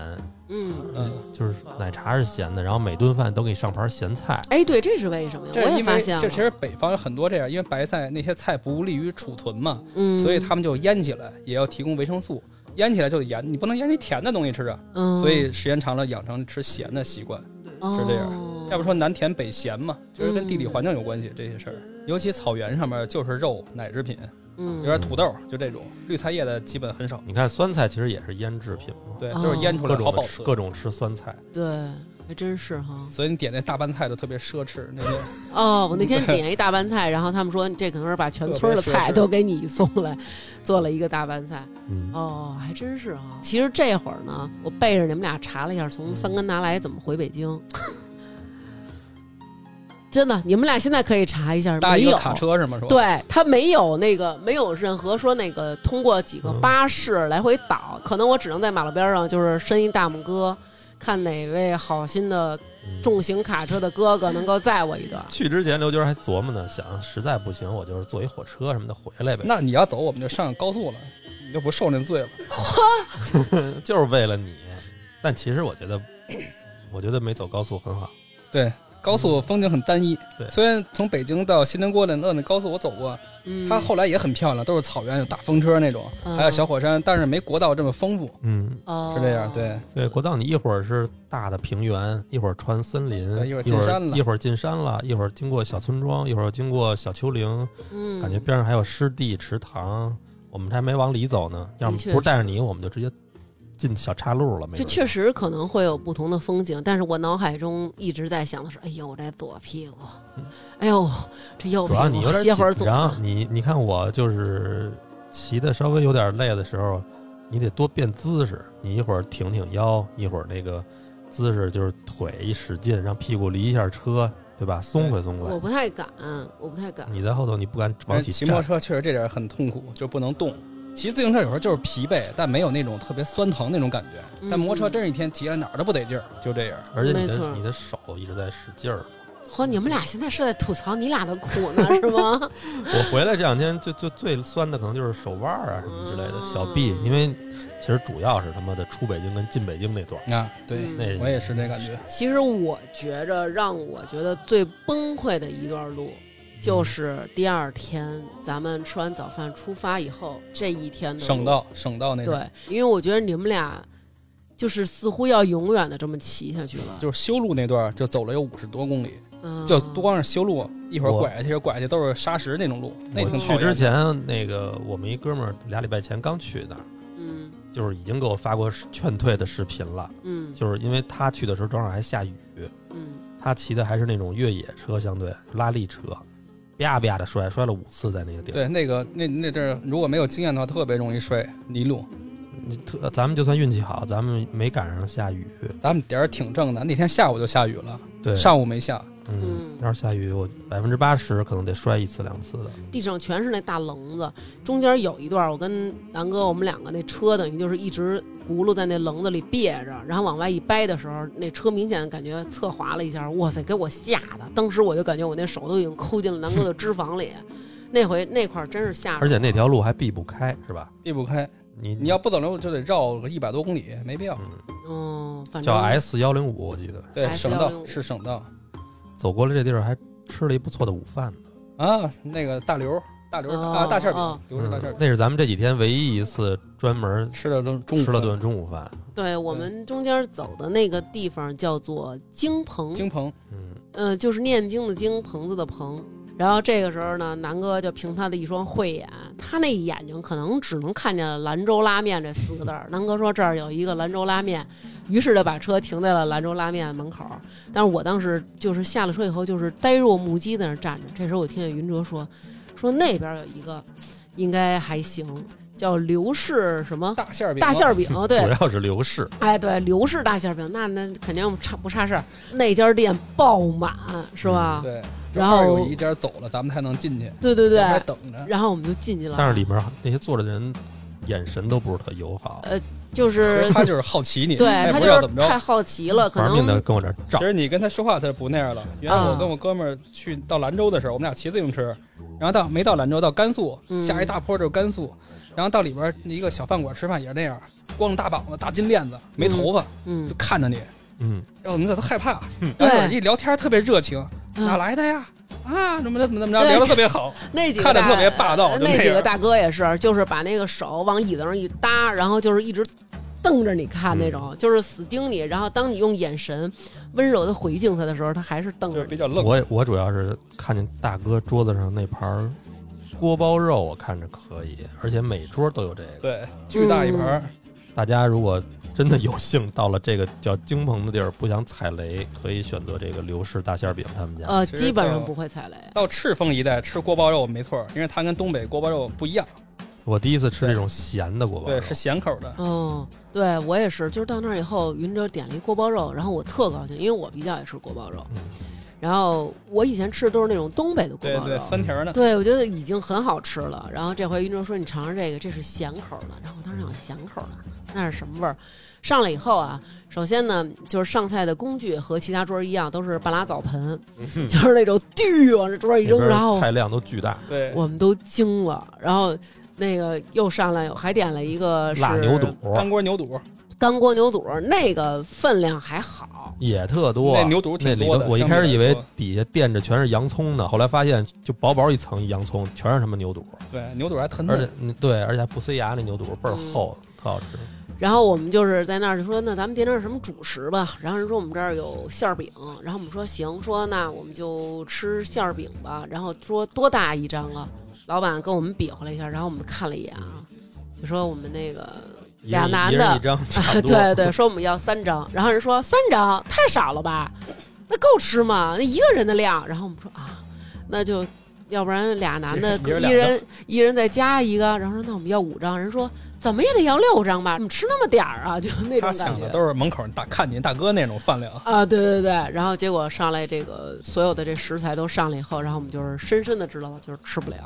嗯，嗯，就是奶茶是咸的，然后每顿饭都给你上盘咸菜。哎，对，这是为什么呀？这我是也因发为现就了，其实北方有很多这样，因为白菜那些菜不利于储存嘛，嗯，所以他们就腌起来，也要提供维生素。腌起来就得盐，你不能腌一甜的东西吃啊着，嗯，所以时间长了养成吃咸的习惯。是这样要不说说南甜北咸嘛，就是跟地嗯理环境有关系这些事儿。尤其草原上面就是肉、奶制品，有嗯点土豆，就这种绿菜叶的基本很少。你看酸菜其实也是腌制品嘛，对，哦都是腌出各来好种保吃存。各种吃酸菜。对，还真是哈。所以你点那大拌菜都特别奢侈， 那种哦，我那天点一大拌菜，然后他们说这可能是把全村的菜都给你送来，做了一个大拌菜。嗯，哦，还真是啊。其实这会儿呢，我背着你们俩查了一下，从嗯三根拿来怎么回北京。 真的，你们俩现在可以查一下，搭没一个有。卡车是吗？是吧？对他没有那个没有任何说那个通过几嗯个巴士来回倒，可能我只能在马路边上就是伸一大拇哥，看哪位好心的嗯重型卡车的哥哥能够载我一段。去之前刘娟还琢磨呢，想实在不行我就是坐一火车什么的回来呗。那你要走，我们就上高速了。你就不受那罪了。嗯就是为了你。但其实我觉 得，我觉得没走高速很好。对，高速风景很单一。嗯对虽然从北京到新城郭勒勒那高速我走过，嗯，它后来也很漂亮，都是草原，有大风车那种，还有小火山，但是没国道这么丰富，嗯，哦，是这样。，对，对，国道你一会儿是大的平原，一会儿穿森林，哎对一一会会儿进山了一会儿进山了，一会儿经过小村庄，一会儿经过小丘陵，嗯，感觉边上还有湿地、池塘。我们还没往里走呢，要么确不是带着你，我们就直接进小岔路了。没这准确实可能会有不同的风景，但是我脑海中一直在想的是，哎呦，我这左屁股，哎呦，这右屁嗯主要你有股，歇点会儿紧左。张，你你看我就是骑的稍微有点累的时候，你得多变姿势，你一会儿挺挺腰，一会儿那个姿势就是腿一使劲，让屁股离一下车，对吧？松快松快我。不太敢，我不太敢。你在后头，你不敢往但起骑摩托站，车确实这点很痛苦，就不能动。骑自行车有时候就是疲惫，但没有那种特别酸疼那种感觉。嗯但摩托车真是一天骑了哪儿都不得劲儿，就这样。而且你没错的你的手一直在使劲儿。嚯，你们俩现在是在吐槽你俩的苦 呢，是吗？我回来这两天就就最酸的可能就是手腕儿啊什么之类的小臂，嗯因为其实主要是他妈的出北京跟进北京那段儿，啊，对，那我也是这感觉。嗯其实我觉着让我觉得最崩溃的一段路，嗯就是第二天咱们吃完早饭出发以后这一天的省路道，省道那种，对，因为我觉得你们俩就是似乎要永远的这么骑下去了，就是修路那段儿就走了有五十多公里，嗯就不光是修路，一会儿我拐下去，一会儿拐下去都是沙石那种路，那我挺去讨厌之的。前，那个我们一哥们儿俩礼拜前刚去那儿，嗯就是已经给我发过劝退的视频了，嗯就是因为他去的时候正好还下雨，嗯，他骑的还是那种越野车，相对拉力车，啪啪的摔，摔了五次在那个地儿。对，那个那那阵儿如果没有经验的话，特别容易摔泥路。你特咱们就算运气好，咱们没赶上下雨。咱们点儿挺正的，那天下午就下雨了，对，上午没下。嗯嗯，要是下雨，我百分之八十可能得摔一次两次的。地上全是那大棱子，中间有一段我跟南哥我们两个那车等于就是一直轱辘在那棱子里别着，然后往外一掰的时候，那车明显感觉侧滑了一下，哇塞，给我吓的，当时我就感觉我那手都已经抠进了南哥的脂肪里，那回那块儿真是吓着我，而且那条路还避不开，是吧？避不开，你你要不走那路就得绕个一百多公里，没必要。嗯，反正叫 S 幺零五，我记得对，还是省要用道是省道走过了这地儿，还吃了一不错的午饭呢。啊。那个大刘，大刘哦啊，大馅哦饼，刘是大馅嗯饼，那是咱们这几天唯一一次专门吃了都中午嗯吃了饭顿中午饭。对我们中间走的那个地方叫做京棚，京鹏，嗯，嗯，就是念经的经，棚子的棚。然后这个时候呢，南哥就凭他的一双慧眼，他那眼睛可能只能看见“兰州拉面”这四个字儿。南哥说这儿有一个兰州拉面，于是就把车停在了兰州拉面门口。但是我当时就是下了车以后，就是呆若木鸡在那儿站着。这时候我听见云哲说，说那边有一个，应该还行，叫刘氏什么大馅儿饼，大馅 儿饼，对，主要是刘氏，哎，对，刘氏大馅儿饼，那那肯定差不差事儿。那家店爆满，是吧？对。 就啊然后二有一家走了，咱们才能进去，对对对还等着。然后我们就进去了，但是里面那些坐着的人眼神都不是特友好，呃就其实是他就是好奇你，对他他也哎不知道就怎是么太着。好奇了，可玩命的能跟我这儿其照。实你跟他说话，他不那样了。原来我啊跟我哥们儿去到兰州的时候，我们俩骑自行车，然后到没到兰州，到甘肃嗯下一大坡就是甘肃，然后到里边儿一个小饭馆吃饭也是那样，光着大膀子、大金链子，没头发，嗯就，看着你，嗯，哎让我们都害怕。对然后一聊天特别热情，嗯哪来的呀？啊，怎么怎么怎么着，对聊得特别好。 那几个看着大呃特别霸道就那那几个样大哥也是，就是把那个手往椅子上一搭，然后就是一直瞪着你看嗯那种，就是死盯你。然后当你用眼神温柔的回敬他的时候，他还是瞪就是着比你。较愣，我也我主要是看见大哥桌子上那盘儿锅包肉，我看着可以，而且每桌都有这个。对，巨大一盘儿，嗯大家如果真的有幸到了这个叫京鹏的地儿，不想踩雷，可以选择这个刘氏大馅儿饼他们家。呃，其实基本上到不会踩雷。到赤峰一带吃锅包肉没错儿，因为它跟东北锅包肉不一样，我第一次吃这种咸的锅包对，肉，是咸口的。哦，对我也是，就是到那儿以后，云哲点了一锅包肉，然后我特高兴，因为我比较爱吃锅包肉。嗯然后我以前吃的都是那种东北的锅对包对，肉，酸甜儿的，对我觉得已经很好吃了。然后这回云哲说你尝尝这个，这是咸口的。然后我当嗯时想咸口的那是什么味儿？上来以后啊，首先呢，就是上菜的工具和其他桌儿一样，都是半拉澡盆， 就是那种巨往这桌儿一嗯那扔，边然后菜量都巨大。对，我们都惊了。然后那个又上来还点了一个是辣牛肚干锅牛肚，干锅牛肚，那个分量还好，也特多那。牛肚那挺里多头的。我一相对开始以来为说底下垫着全是洋葱呢，后来发现就薄薄一层洋葱，全是他妈牛肚，对牛肚还特而嫩且，嗯对，而且还不塞牙，那牛肚倍儿嗯厚，特好吃。然后我们就是在那儿就说，那咱们点点什么主食吧。然后人说我们这儿有馅儿饼，然后我们说行，说那我们就吃馅儿饼吧。然后说多大一张啊？老板跟我们比划了一下，然后我们看了一眼啊，就说我们那个一俩人一男的一人一 张，差不多。对 对，说我们要三张，然后人说三张太少了吧，那够吃吗？那一个人的量，然后我们说啊，那就要不然俩男的，一一人两张人一人再加一个，然后说那我们要五张，人说怎么也得要六张吧，怎么吃那么点儿啊？就那他种感想的觉。都是门口大看见大哥那种饭量。啊，对对对，然后结果上来这个所有的这食材都上来以后，然后我们就是深深的知道，就是吃不了，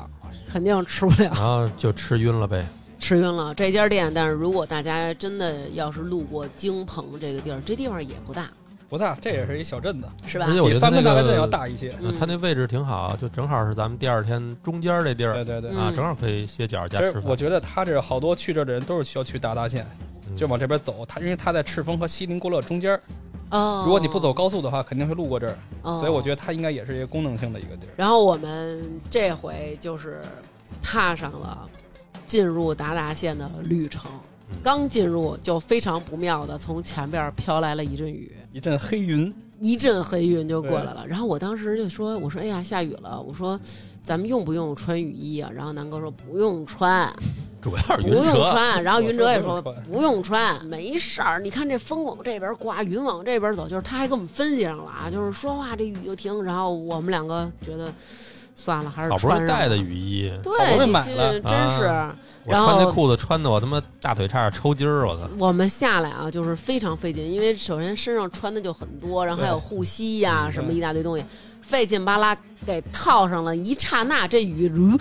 肯定吃不了。 然后就吃晕了呗。吃晕了这家店，但是如果大家真的要是路过京鹏这个地儿，这地方也不大，不大，这也是一小镇子，是吧而？且我比觉得三那门大排镇要个，大一些。嗯嗯它那位置挺好，就正好是咱们第二天中间这地儿对对对，啊，嗯正好可以歇脚其加实吃我饭。觉得他这好多去这儿的人都是需要去达达县，嗯就往这边走。他因为他在赤峰和西宁郭勒中间儿，哦，如果你不走高速的话，肯定会路过这儿，哦，所以我觉得它应该也是一个功能性的一个地儿。然后我们这回就是踏上了进入达达县的旅程嗯，刚进入就非常不妙的从前边飘来了一阵雨，一阵黑云，一阵黑云就过来了。然后我当时就说：“我说哎呀，下雨了，我说咱们用不用穿雨衣啊？”然后南哥说：“不用穿，主要是不晕用车，穿。”然后云哲也我说说不用：“不穿用穿，没事儿。你看这风往这边刮，云往这边走，就是他还给我们分析上了啊，就是说话这雨就停。然后我们两个觉得算了，还是好穿不上吧。容易带的雨衣，好不对，容易你买这了真是、我然穿后那裤子穿的我他妈大腿差点抽筋儿，我操！我们下来啊，就是非常费劲，因为首先身上穿的就很多，然后还有护膝呀、嗯什么一大堆东西，费劲巴拉给套上了，一刹那这雨嗯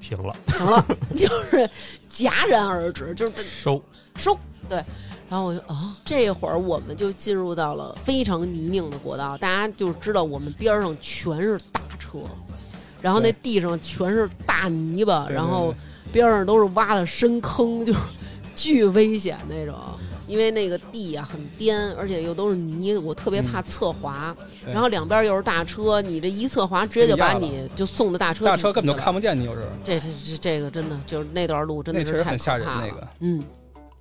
停了，停了，就是戛然而止，就是收收对。然后我就啊，这会儿我们就进入到了非常泥泞的国道，大家就知道我们边上全是大车，然后那对地上全是大泥巴，对对然后边上都是挖的深坑，就是 巨危险那种。因为那个地啊很颠，而且又都是泥，我特别怕侧滑。嗯对然后两边又是大车，你这一侧滑，直接就把你就送到大车对底大车根本就去了看不见你，有时候这这这这个真的就是那段路真那的确是实太很吓人。可怕那了个嗯，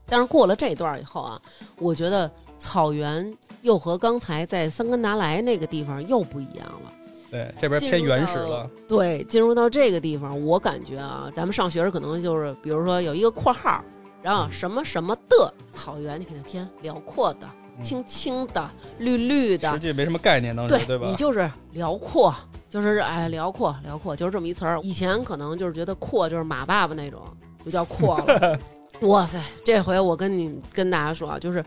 但是过了这段以后啊，我觉得草原又和刚才在桑根达莱那个地方又不一样了。对这边偏原始了，对，进入到这个地方，我感觉啊，咱们上学时可能就是，比如说有一个括号，然后什么什么的草原，你肯定填辽阔的、嗯青青的、绿绿的实，际没什么概念当时对啊对吧你？就是辽阔，就是哎辽阔辽阔，就是这么一词儿。以前可能就是觉得阔就是马爸爸那种，就叫阔 了。哇塞，这回我跟你跟大家说啊，就是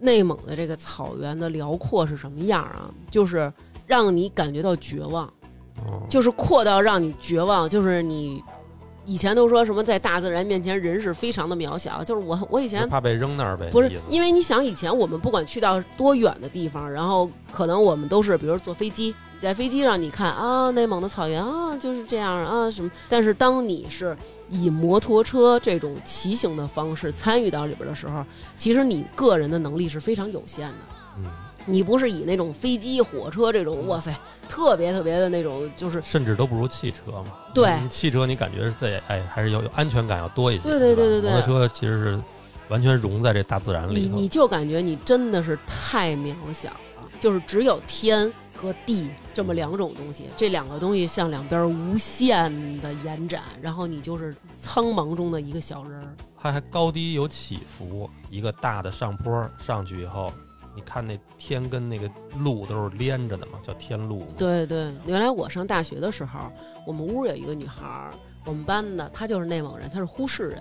内蒙的这个草原的辽阔是什么样啊？就是让你感觉到绝望，嗯就是阔到让你绝望，就是你。以前都说什么在大自然面前人是非常的渺小，就是我我以前就怕被扔那儿呗，不是意思，因为你想，以前我们不管去到多远的地方，然后可能我们都是，比如坐飞机，你在飞机上你看啊，内蒙的草原啊就是这样啊什么。但是当你是以摩托车这种骑行的方式参与到里边的时候，其实你个人的能力是非常有限的。嗯，你不是以那种飞机、火车这种，哇塞，特别特别的那种，就是甚至都不如汽车嘛。对你汽车你感觉是在哎还是有有安全感要多一些。对对对是对吧对摩托车其实是完全融在这大自然你里头你，就感觉你真的是太渺小了，就是只有天和地这嗯么两种东西，这两个东西向两边无限的延展，然后你就是苍茫中的一个小人儿。它还高低有起伏，一个大的上坡上去以后。你看那天跟那个路都是连着的嘛，叫天路嘛。对对，原来我上大学的时候，我们屋有一个女孩儿，我们班的，她就是内蒙人，她是呼市人。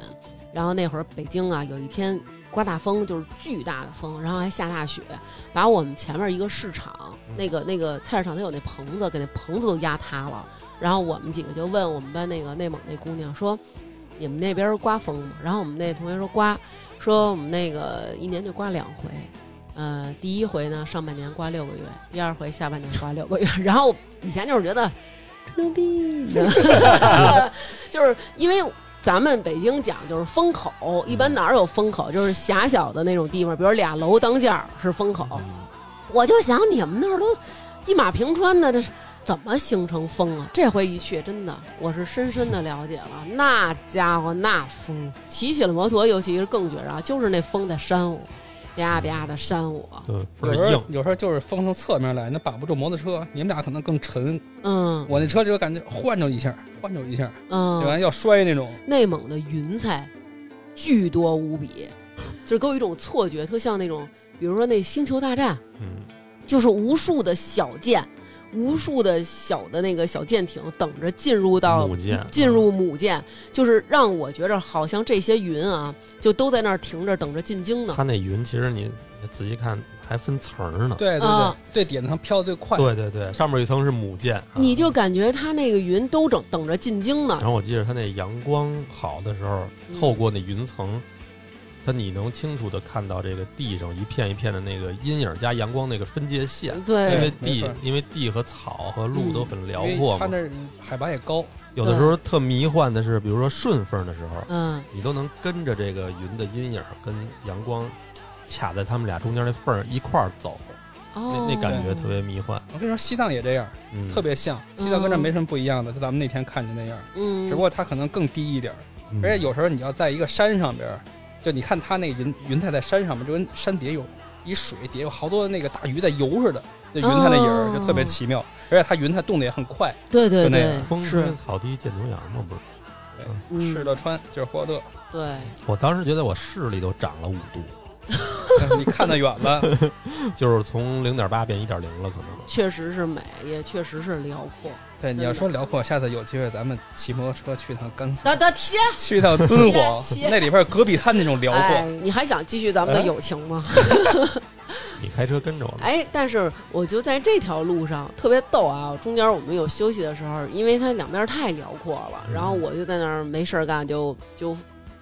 然后那会儿北京啊，有一天刮大风，就是巨大的风，然后还下大雪，把我们前面一个市场，那个那个菜市场，它有那棚子，给那棚子都压塌了。然后我们几个就问我们班那个内蒙那姑娘说：“你们那边刮风吗？”然后我们那同学说刮，说我们那个一年就刮两回，呃，第一回呢上半年刮六个月，第二回下半年刮六个月。然 后以前就是觉得吹牛逼，你知道吗就是因为咱们北京讲就是风口，一般哪儿有风口，就是狭小的那种地方，比如俩楼当间儿是风嗯口。哦我就想你们那儿都一马平川的，这是怎么形成风啊？这回一去，真的我是深深的了解了，那家伙那风，骑起了摩托，尤其是更觉着啊，就是那风在扇我， 啪啪的扇我，对，倍有儿时硬候，有时候就是风从侧面来，那把不住摩托车，你们俩可能更沉。嗯我那车就感觉晃悠一下，晃悠一下，就嗯。完要摔那种。内蒙的云彩巨多无比，就是给我一种错觉，特像那种，比如说那《星球大战》，嗯，就是无数的小舰，无数的小的那个小舰艇等着进入到母舰嗯进入母舰，就是让我觉着好像这些云啊，就都在那儿停着等着进京呢。它那云其实你你仔细看还分层儿呢，对对对啊，对点子上飘得最嗯快。对对对，上面一层是母舰，啊你就感觉它那个云都等等着进京呢然，后我记得它那阳光好的时候，嗯透过那云层，它你能清楚的看到这个地上一片一片的那个阴影加阳光那个分界线，嗯因对为地没错因为地和草和路嗯都很辽因阔为嘛它。那儿嗯海拔也高，有的时候特迷幻的是，比如说顺风的时候，嗯，你都能跟着这个云的阴影跟阳光卡在他们俩中间那缝儿一块儿走，哦那，那感觉特别迷幻，我跟你说，西藏也这样，嗯，特别像。西藏跟这嗯没什么不一样的，就咱们那天看着那样，嗯，只不过它可能更低一点儿。嗯而且有时候你要在一个山上边儿，就你看它那云云彩在山上面，就跟山底下有一水底下有好多那个大鱼在游似的，那云彩的影儿哦就特别奇妙。而且它云彩动得也很快，对对就那对样，风是吹草低见牛羊嘛，不是？嗯吃的穿就是获乐。对，我当时觉得我视力都长了五度，但是你看得远 了，就是从零点八变一点零了，可能。确实是美，也确实是辽阔。对，你要说辽阔，下次有机会咱们骑摩托车去趟甘肃得，得歇，去趟敦煌歇歇，那里边戈壁滩那种辽哎阔，，嗯你还想继续咱们的友情吗？你开车跟着我呢，哎，但是我就在这条路上特别逗啊！中间我们有休息的时候，因为它两边太辽阔了，嗯然后我就在那儿没事儿干，就就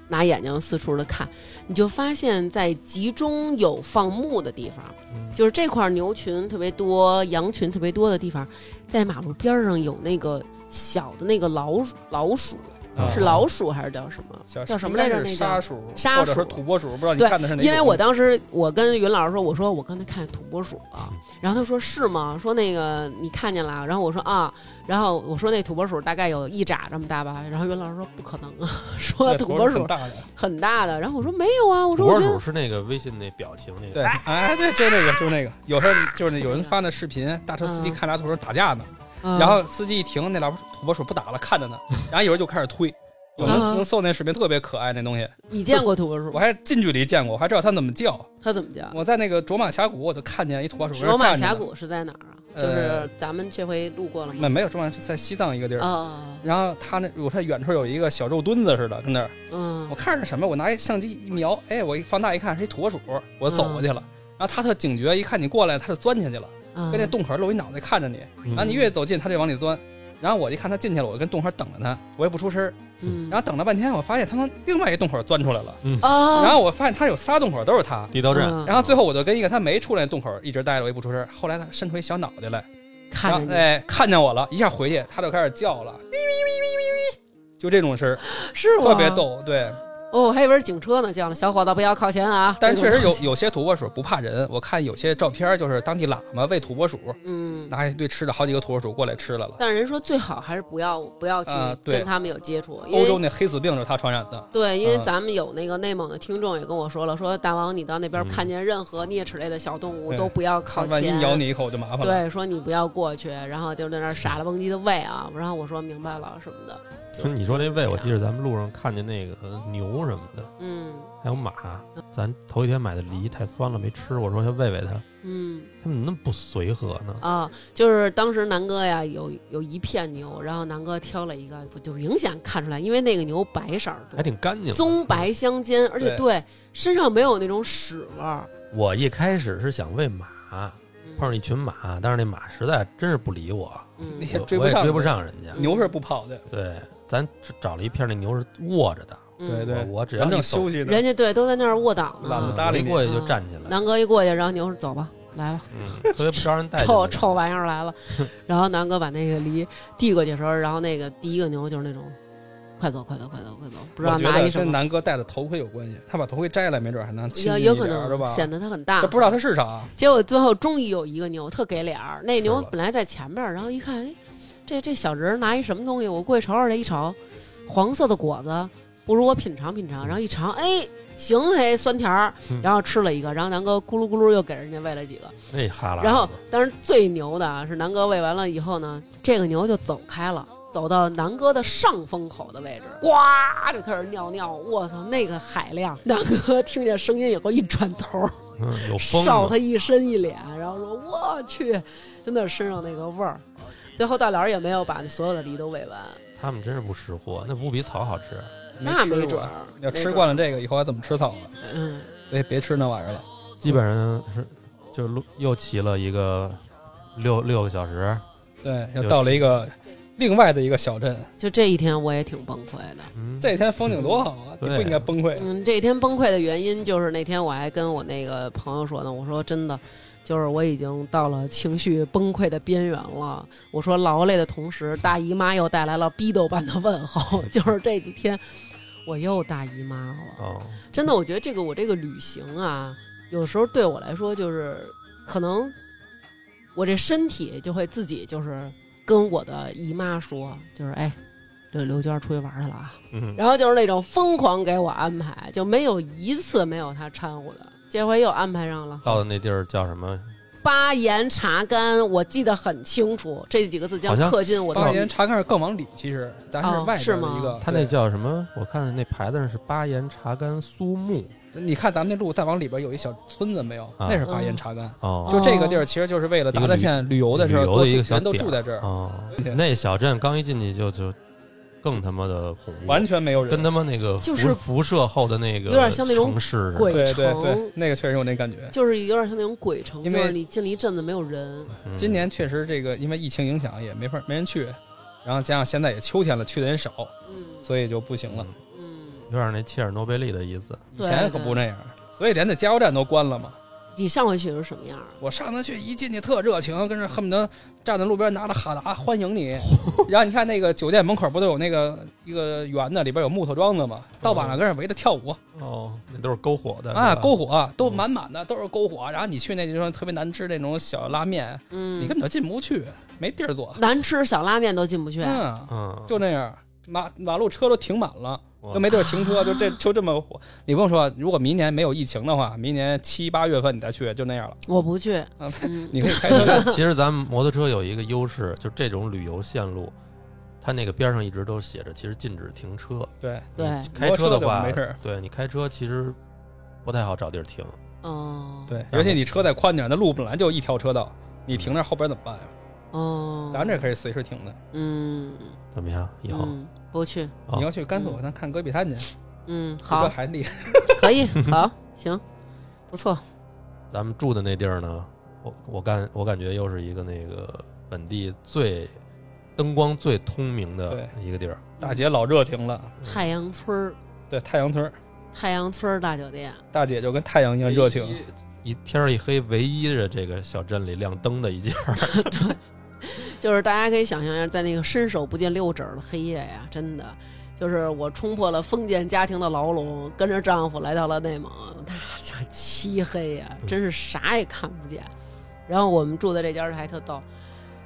拿眼睛四处的看，你就发现，在集中有放牧的地方，嗯就是这块牛群特别多、羊群特别多的地方，在马路边儿上有那个小的那个老鼠老鼠，啊是老鼠还是叫什么？小叫什么来着应该是那叫沙鼠，沙或者说鼠土拨鼠，不知道你对看的是哪种？嗯因为我当时我跟云老师说，我说我刚才看见土拨鼠了，嗯然后他说是吗？说那个你看见了？然后我说啊，然后我说那土拨鼠大概有一拃这么大吧，然后云老师说不可能啊， 说对土土拨鼠很大的，很大的，然后我说没有啊，我土说我拨觉鼠得是那个微信那表情那个，对，哎，对，就是那个，就是那个。有时候就是有人发那视频，大车司机嗯看俩土拨鼠打架呢，嗯然后司机一停，那俩土拨鼠不打了，看 着呢，然后有人就开始推。有人嗯能搜那视频特别可爱，那东西你见过土拨鼠我？还近距离见过，我还知道它怎么叫。它怎么叫？我在那个卓玛峡谷，我就看见一土拨鼠。罗马峡，谷是在哪儿啊？就呃是咱们这回路过了没吗？没有卓玛是在西藏一个地儿。啊，然后它那我看远处有一个小肉墩子似的，跟那儿。嗯我看着什么？我拿一相机一瞄，哎，我一放大一看是一土拨鼠，我走过去了。然后它特警觉，一看你过来，它就钻进去了。嗯，跟那洞口露一脑袋看着你，嗯然后你越走近，它就往里钻。然后我一看它进去了，我就跟洞口等着它，我也不出声儿。嗯，然后等了半天，我发现它从另外一洞口钻出来了。哦，然后我发现它有仨洞口都是它。地道战，嗯然后最后我就跟一个它没出来的洞口一直待着，我也不出声儿。后来它伸出一小脑袋来，然看后着你，哎看见我了，一下回去它就开始叫了，咪咪咪咪咪咪，就这种 声儿是吗特别。逗。对，哦，我还以为是警车呢，叫了小伙子不要靠前啊。但是确这实种东有西，有些土拨鼠不怕人，我看有些照片儿就是当地喇嘛喂土拨鼠，嗯，拿一堆吃的，好几个土拨鼠过来吃来了。但是人说最好还是不要不要去啊对跟他们有接触，呃因欧洲为那黑死病就是它传染的。对，因为嗯咱们有那个内蒙的听众也跟我说了，说大王你到那边嗯看见任何啮齿类的小动物对都不要它靠万一咬前。你一口就麻烦了。对，说你不要过去，然后就在那儿傻了蹦唧的喂啊，然后我说明白了什么的，就你说那喂，啊我记得咱们路上看见那个牛什么的，嗯还有马，咱头一天买的梨太酸了没吃，我说先喂喂它，嗯它怎么那么不随和呢？啊，就是当时南哥呀有有一片牛，然后南哥挑了一个，我就明显看出来，因为那个牛白色儿多还挺干净的，棕白相间，而且对对身上没有那种屎味儿。嗯我一开始是想喂马，嗯碰上一群马，但是那马实在真是不理我，嗯那我 也我追不也上嗯追不上人家。牛是不跑的，对，咱只找了一片那牛是卧着的，嗯对我我只要人正一走休息呢人。家对都在那儿卧倒懒得呢。搭理嗯我一你过去就站起来，南哥一过去，然后牛说：“走吧，来吧，嗯，特别不招人待见臭那种。臭玩意 儿来了。”然后南哥把那个梨递过去的时候，然后那个第一个牛就是那种，快走，快走，快走，快走！不知道我觉拿一得什跟么，南哥戴的头盔有关系，他把头盔摘了，没准还能亲有近有一可点儿是能吧？显得它很大这。不知道他是啥，啊结果最后终于有一个牛特给脸儿，那牛是了本来在前面儿，然后一看，哎，这这小人儿拿一什么东西，我过去瞅瞅，这一瞅，黄色的果子，不如我品尝品尝，然后一尝，哎，行嘿，酸甜儿嗯，然后吃了一个，然后南哥咕噜咕噜又给人家喂了几个，那哈喇子，然后，当然最牛的啊，是南哥喂完了以后呢，这个牛就走开了，走到南哥的上风口的位置，呱就开始尿尿。我操，那个海量！南哥听见声音以后一转头，嗯，有风烧了，他一身一脸，然后说：“我去，真的身上那个味儿。”最后大老儿也没有把所有的梨都喂完，他们真是不识货，那不比草好吃。 那没没吃准过儿。要没吃准儿惯了这个，以后还怎么吃草了？啊嗯，所以别吃那玩意儿了。基本上是就路又骑了一个六六个小时，对，又有到了一个另外的一个小镇，就这一天我也挺崩溃的。嗯，这天风景多好啊！你对不应该崩溃。嗯，这一天崩溃的原因就是那天我还跟我那个朋友说呢，我说真的，就是我已经到了情绪崩溃的边缘了。我说劳累的同时，大姨妈又带来了逼斗般的问候， 就是这几天我又大姨妈了。哦，真的，我觉得这个我这个旅行啊，有时候对我来说就是可能我这身体就会自己就是跟我的姨妈说，就是哎，这刘娟儿出去玩儿去了啊。嗯，然后就是那种疯狂给我安排，就没有一次没有他掺和的。这回又安排上了到的那地儿叫什么？巴颜查干，我记得很清楚，这几个字好将像刻进我当的年查看是更往里，其实咱是哦外是边的吗一个。他那叫什么？我看那牌子上是巴颜查干苏木对，你看咱们那路再往里边有一小村子没有？啊那是巴嗯彦查干。哦就这个地儿，其实就是为了达达县旅游的时候，旅游的一个都小人都点住在这儿，哦而且，那小镇刚一进去就就更他妈的恐怖，完全没有人跟。他们那个辐就是辐射后的那个有点像那种城市似的鬼对对城对，那个确实有那感觉。就是有点像那种鬼城，就因为是你进了一阵子没有人，嗯今年确实这个因为疫情影响也没法没人去，然后加上现在也秋天了，去的人少，嗯所以就不行了。嗯嗯，有点那切尔诺贝利的意思。以对前可不那样，所以连那加油站都关了嘛。你上回去是什么样？我上次去一进去特热情，跟着恨不得站在路边拿着哈达欢迎 你。然后你看那个酒店门口不都有那个一个园子，里边有木头桩子嘛，到晚上跟人围着跳舞哦，那都是篝火的啊，篝火火都满满的都是篝火。然后你去那地方特别难吃那种小拉面，你嗯，根本就进不去，没地儿坐。难吃小拉面都进不去，嗯，嗯，就那样，马马路车都停满了。我都没地儿停车，就这就这么火。你不用说，如果明年没有疫情的话，明年七八月份你再去就那样了。我不去啊。嗯，你可以开 车其实咱们摩托车有一个优势，就这种旅游线路，它那个边上一直都写着，其实禁止停车。对，对你开车的话摩托车就没事儿，对你开车其实不太好找地儿停。哦，，对，而且你车再宽点儿，那路本来就一条车道，你停那儿后边怎么办呀？哦，咱这可以随时停的。嗯，怎么样？以后、嗯不去，哦你要去甘肃，咱看戈壁滩去，嗯，比好这，还厉害。可以，好， 行，不错，咱们住的那地儿呢，我我感我感觉又是一个那个本地最灯光最通明的一个地儿。大姐老热情了，太阳村儿，对，太阳村儿，太阳村儿大酒店，大姐就跟太阳一样热情。一一天儿一黑，唯一的这个小镇里亮灯的一家，就是大家可以想象一下，在那个伸手不见六指儿的黑夜呀，真的，就是我冲破了封建家庭的牢笼，跟着丈夫来到了内蒙，那这漆黑呀，真是啥也看不见。然后我们住的这家儿还特逗，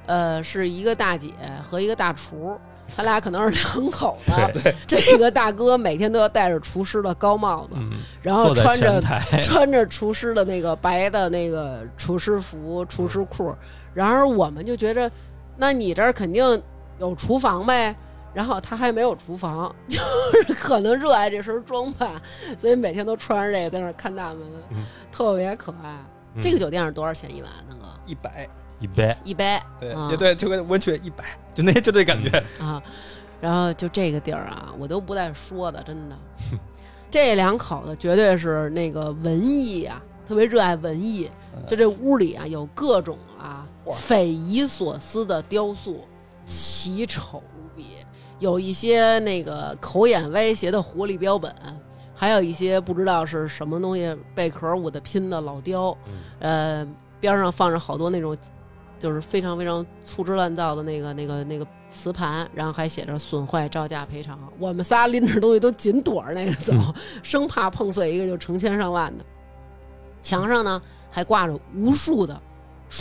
呃，是一个大姐和一个大厨。他俩可能是两口子，这个大哥每天都要戴着厨师的高帽子，嗯，然后坐在哦穿着前台，穿着厨师的那个白的那个厨师服、厨师裤。然而我们就觉着，那你这儿肯定有厨房呗。然后他还没有厨房， 就是可能热爱这身装扮，所以每天都穿着这个在那儿看大门，嗯特别可爱。嗯这个酒店是多少钱一晚？那个一百，一杯，一杯对，啊也对，就跟温泉一百，就那就这感觉。啊。然后就这个地儿啊，我都不带说的，真的。 这两口子绝对是那个文艺啊，特别热爱文艺。就这屋里啊，有各种啊画匪夷所思的雕塑，奇丑无比，有一些那个口眼歪斜的狐狸标本，还有一些不知道是什么东西贝壳捂的拼的老雕，嗯呃，边上放着好多那种就是非常非常粗制滥造的那个那个那个磁盘，然后还写着损坏照价赔偿。我们仨拎着东西都紧躲着那个走，嗯生怕碰碎一个就成千上万的。墙上呢还挂着无数的就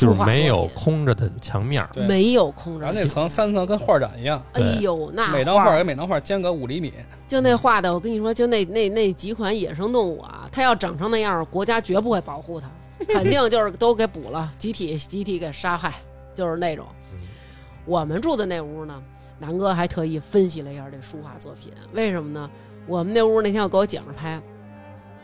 书是画，没有，空着的墙面儿，对没有空着然后。那层三层跟画展一样，哎呦，那每张画画儿跟每张画间隔五厘米，就那画的，我跟你说，就那那那几款野生动物啊，它要长成那样儿，国家绝不会保护它，肯定就是都给捕了，集体集体给杀害，就是那种。嗯我们住的那屋呢，南哥还特意分析了一下这书画作品，为什么呢？我们那屋那天要给我姐们儿拍，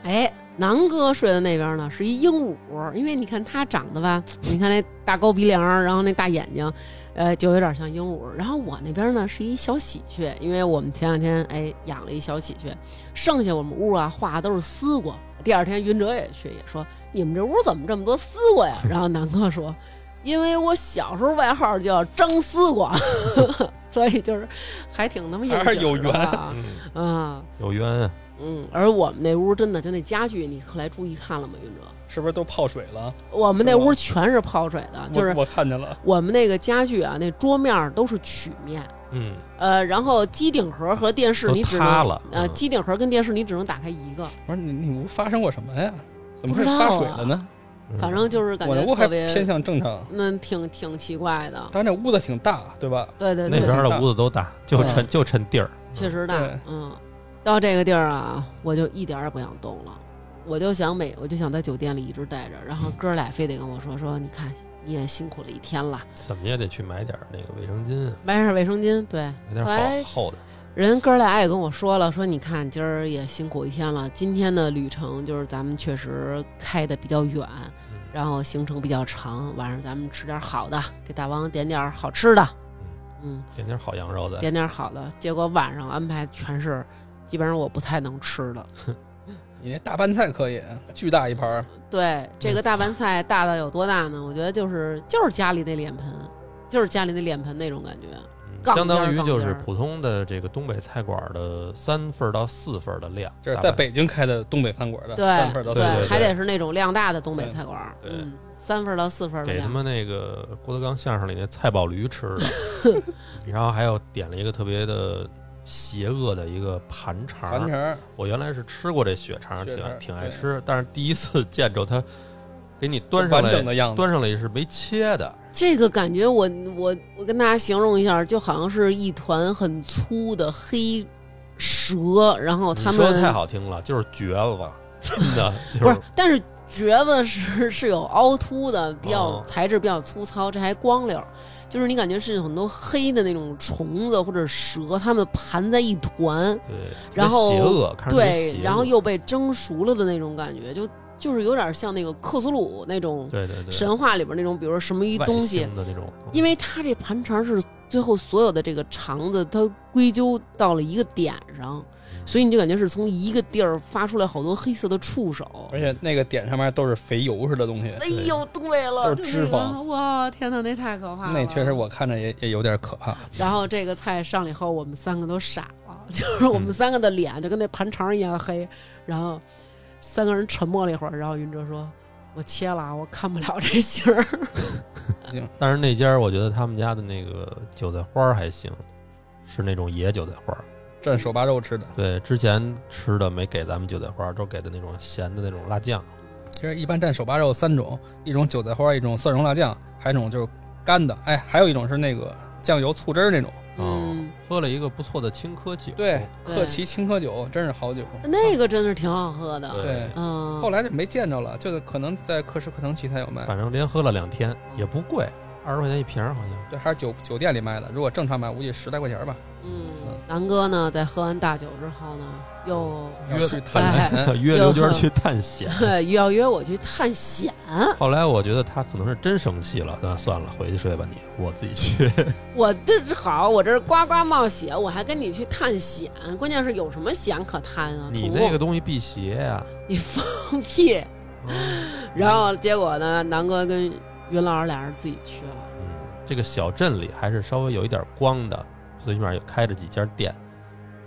哎，南哥睡的那边呢是一鹦鹉，因为你看它长得 吧，你看那大高鼻梁儿，然后那大眼睛，呃，就有点像鹦鹉。然后我那边呢是一小喜鹊，因为我们前两天哎养了一小喜鹊，剩下我们屋啊画的都是丝瓜。第二天云哲也去，也说你们这屋怎么这么多丝瓜呀？ 然后南哥说，因为我小时候外号叫张丝瓜， 所以就是还挺他妈应景儿的还是有缘吧嗯啊。有冤啊，嗯，而我们那屋真的就那家具，你后来注意看了吗，云哲？是不是都泡水了？我们那屋全是泡水的，就是我我看见了，我们那个家具啊，那桌面儿都是曲面，嗯，呃，然后机顶盒和电视都你只塌能了，呃嗯机顶盒跟电视你只能打开一个，我说你你屋发生过什么呀？怎么不会知道发啊水了呢？嗯反正就是感嗯我觉的屋还特别偏向正常，那挺挺奇怪的，但是那屋子挺大，对吧？对对那对，边儿的屋子都大，就对趁就趁地儿，确实大对，嗯，到这个地儿啊，我就一点儿也不想动了，我就想每我就想在酒店里一直待着，然后哥俩非得跟我说说，你看你也辛苦了一天了。怎么也得去买点儿那个卫生巾啊，买点卫生巾，对。买点后来儿好厚的，人哥俩也跟我说了，说你看今儿也辛苦一天了，今天的旅程就是咱们确实开的比较远，嗯然后行程比较长，晚上咱们吃点好的，给大王点点好吃的，嗯，点点儿好羊肉的，点点好的。结果晚上安排全是，基本上我不太能吃的。嗯你那大拌菜可以，巨大一盘儿，对，这个 大拌菜大到有多大呢？我觉得就是就是家里那脸盆，就是家里那脸盆那种感觉。啊嗯杠相尖当儿于杠就尖是儿普通的这个东北菜馆儿的三份儿到四份儿的量，这是大在概北京开的东北饭馆的对三份儿到四份对儿，还得是那种量大的东北菜馆儿，对嗯，三份儿到四份儿的给他量。们那个郭德纲相声里那菜宝驴吃的， 然后还有点了一个特别的邪恶的一个盘肠盘儿。肠儿我原来是吃过这血肠儿，血肠挺儿挺爱对吃，但是第一次见着它给你端上完整来，的样子，端上来是没切的，这个感觉我，我我跟大家形容一下，就好像是一团很粗的黑蛇，然后你他说的太们好听了，就是橛子，真 的就不是，但是橛子是是有凹凸的，比较、哦材质比较粗糙，这还光溜儿，就是你感觉是很多黑的那种虫子或者蛇，它们盘在一团，对，特别然后邪恶，看着特别对邪，恶然后又被蒸熟了的那种感觉，就就是有点像那个克苏鲁那种对对对，神话里边那种，比如说什么一外东西。星的那种，因为它这盘肠是最后所有的这个肠子，它归咎到了一个点嗯上，所以你就感觉是从一个地儿发出来好多黑色的触手。而且那个点上面都是肥油似的东西，哎呦，对了，都是脂肪就是哇，天哪，那太可怕了。那确实。我看着也也有点可怕。然后这个菜上来以后，我们三个都傻了， 就是我们三个的脸就跟那盘肠一样黑。然后三个人沉默了一会儿，然后云哲说：“我切了啊，我看不了这形儿。但是那家儿我觉得他们家的那个韭菜花儿还行，是那种野韭菜花儿。蘸手扒肉吃的，对，之前吃的没给咱们韭菜花儿，都给的那种咸的那种辣酱。其实一般蘸手扒肉三种，一种韭菜花，一种蒜蓉辣酱，还有一种就是干的，哎，还有一种是那个酱油醋汁儿那种。哦嗯，喝了一个不错的青稞酒。对，对嗯克奇青稞酒真是好酒。那个真是挺好喝的。对对，嗯，后来就没见着了，就可能在克什克腾奇才有卖。反正连喝了两天，也不贵，二十块钱一瓶儿好像。对，还是酒酒店里卖的，如果正常买，估计十来块钱吧。嗯，南哥呢，在喝完大酒之后呢，又要去探险，嗯约刘娟儿去 探险。又要约我去探险。后来我觉得他可能是真生气了，那算了，回去睡吧你，我自己去。我这好，我这呱呱冒险，我还跟你去探险，关键是有什么险可探啊？ 你土那个东西辟邪呀、你放 屁！嗯然后结果呢，南哥跟云老师俩人自己去了。嗯，这个小镇里还是稍微有一点光的，最起码也开着几家店。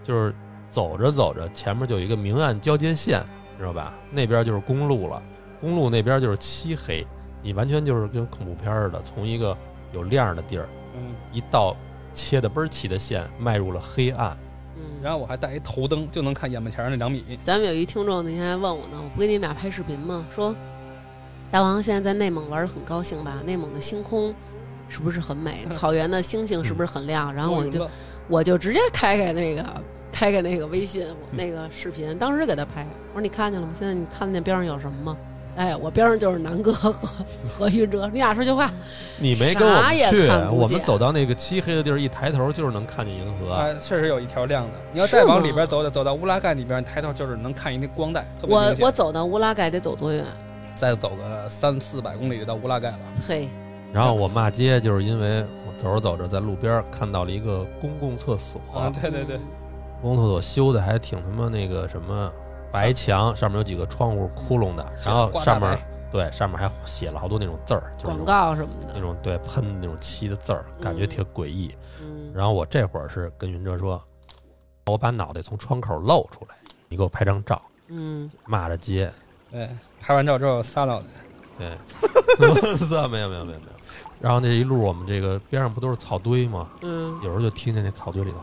就是走着走着，前面就有一个明暗交界线，知道吧？那边就是公路了，公路那边就是漆黑，你完全就是跟恐怖片儿似的，从一个有亮儿的地儿嗯，一到切的倍儿齐的线，迈入了黑暗。嗯，然后我还带一头灯，就能看眼巴前儿那两米。咱们有一听众那天还问我呢，我不跟你俩拍视频吗？说大王现在在内蒙玩的很高兴吧？内蒙的星空是不是很 美？草原的星星是不是很亮？然后我就哦啊乐我就直接开开那个开开那个微信，嗯我那个视频，当时给他拍，我说你看见了吗？现在你看见边上有什么吗？哎，我边上就是南哥和和云哲，你俩说句话，你没跟我啥们也去看，不我们见有走到那个漆黑的地儿，一抬头就是能看见银河。 啊，确实有一条亮的。你要是再往吗里边走，走到乌拉盖里边，抬头就是能看一那光带，特别我 明显我走到乌拉盖得走多远？再走个三四百公里就到乌拉盖了。嘿，然后我骂街，就是因为我走着走着在路边儿看到了一个公共厕所，哦啊，对对对，公共厕所修的还挺他妈那个什么白墙，上面有几个窗户窟窿的，然后挂大上白面对上面还写了好多那种字儿，就是那嗯广种告什么那的，种对喷的那种漆的字儿，感觉嗯挺诡异。嗯，然后我这会儿是跟云哲说，我把脑袋从窗口露出来，你给我拍张照，嗯，骂着街。对，拍完照之后撒尿，对，我操， 没有没有没有没有。然后那一路我们这个边上不都是草堆吗？嗯，有时候就听见那草堆里头，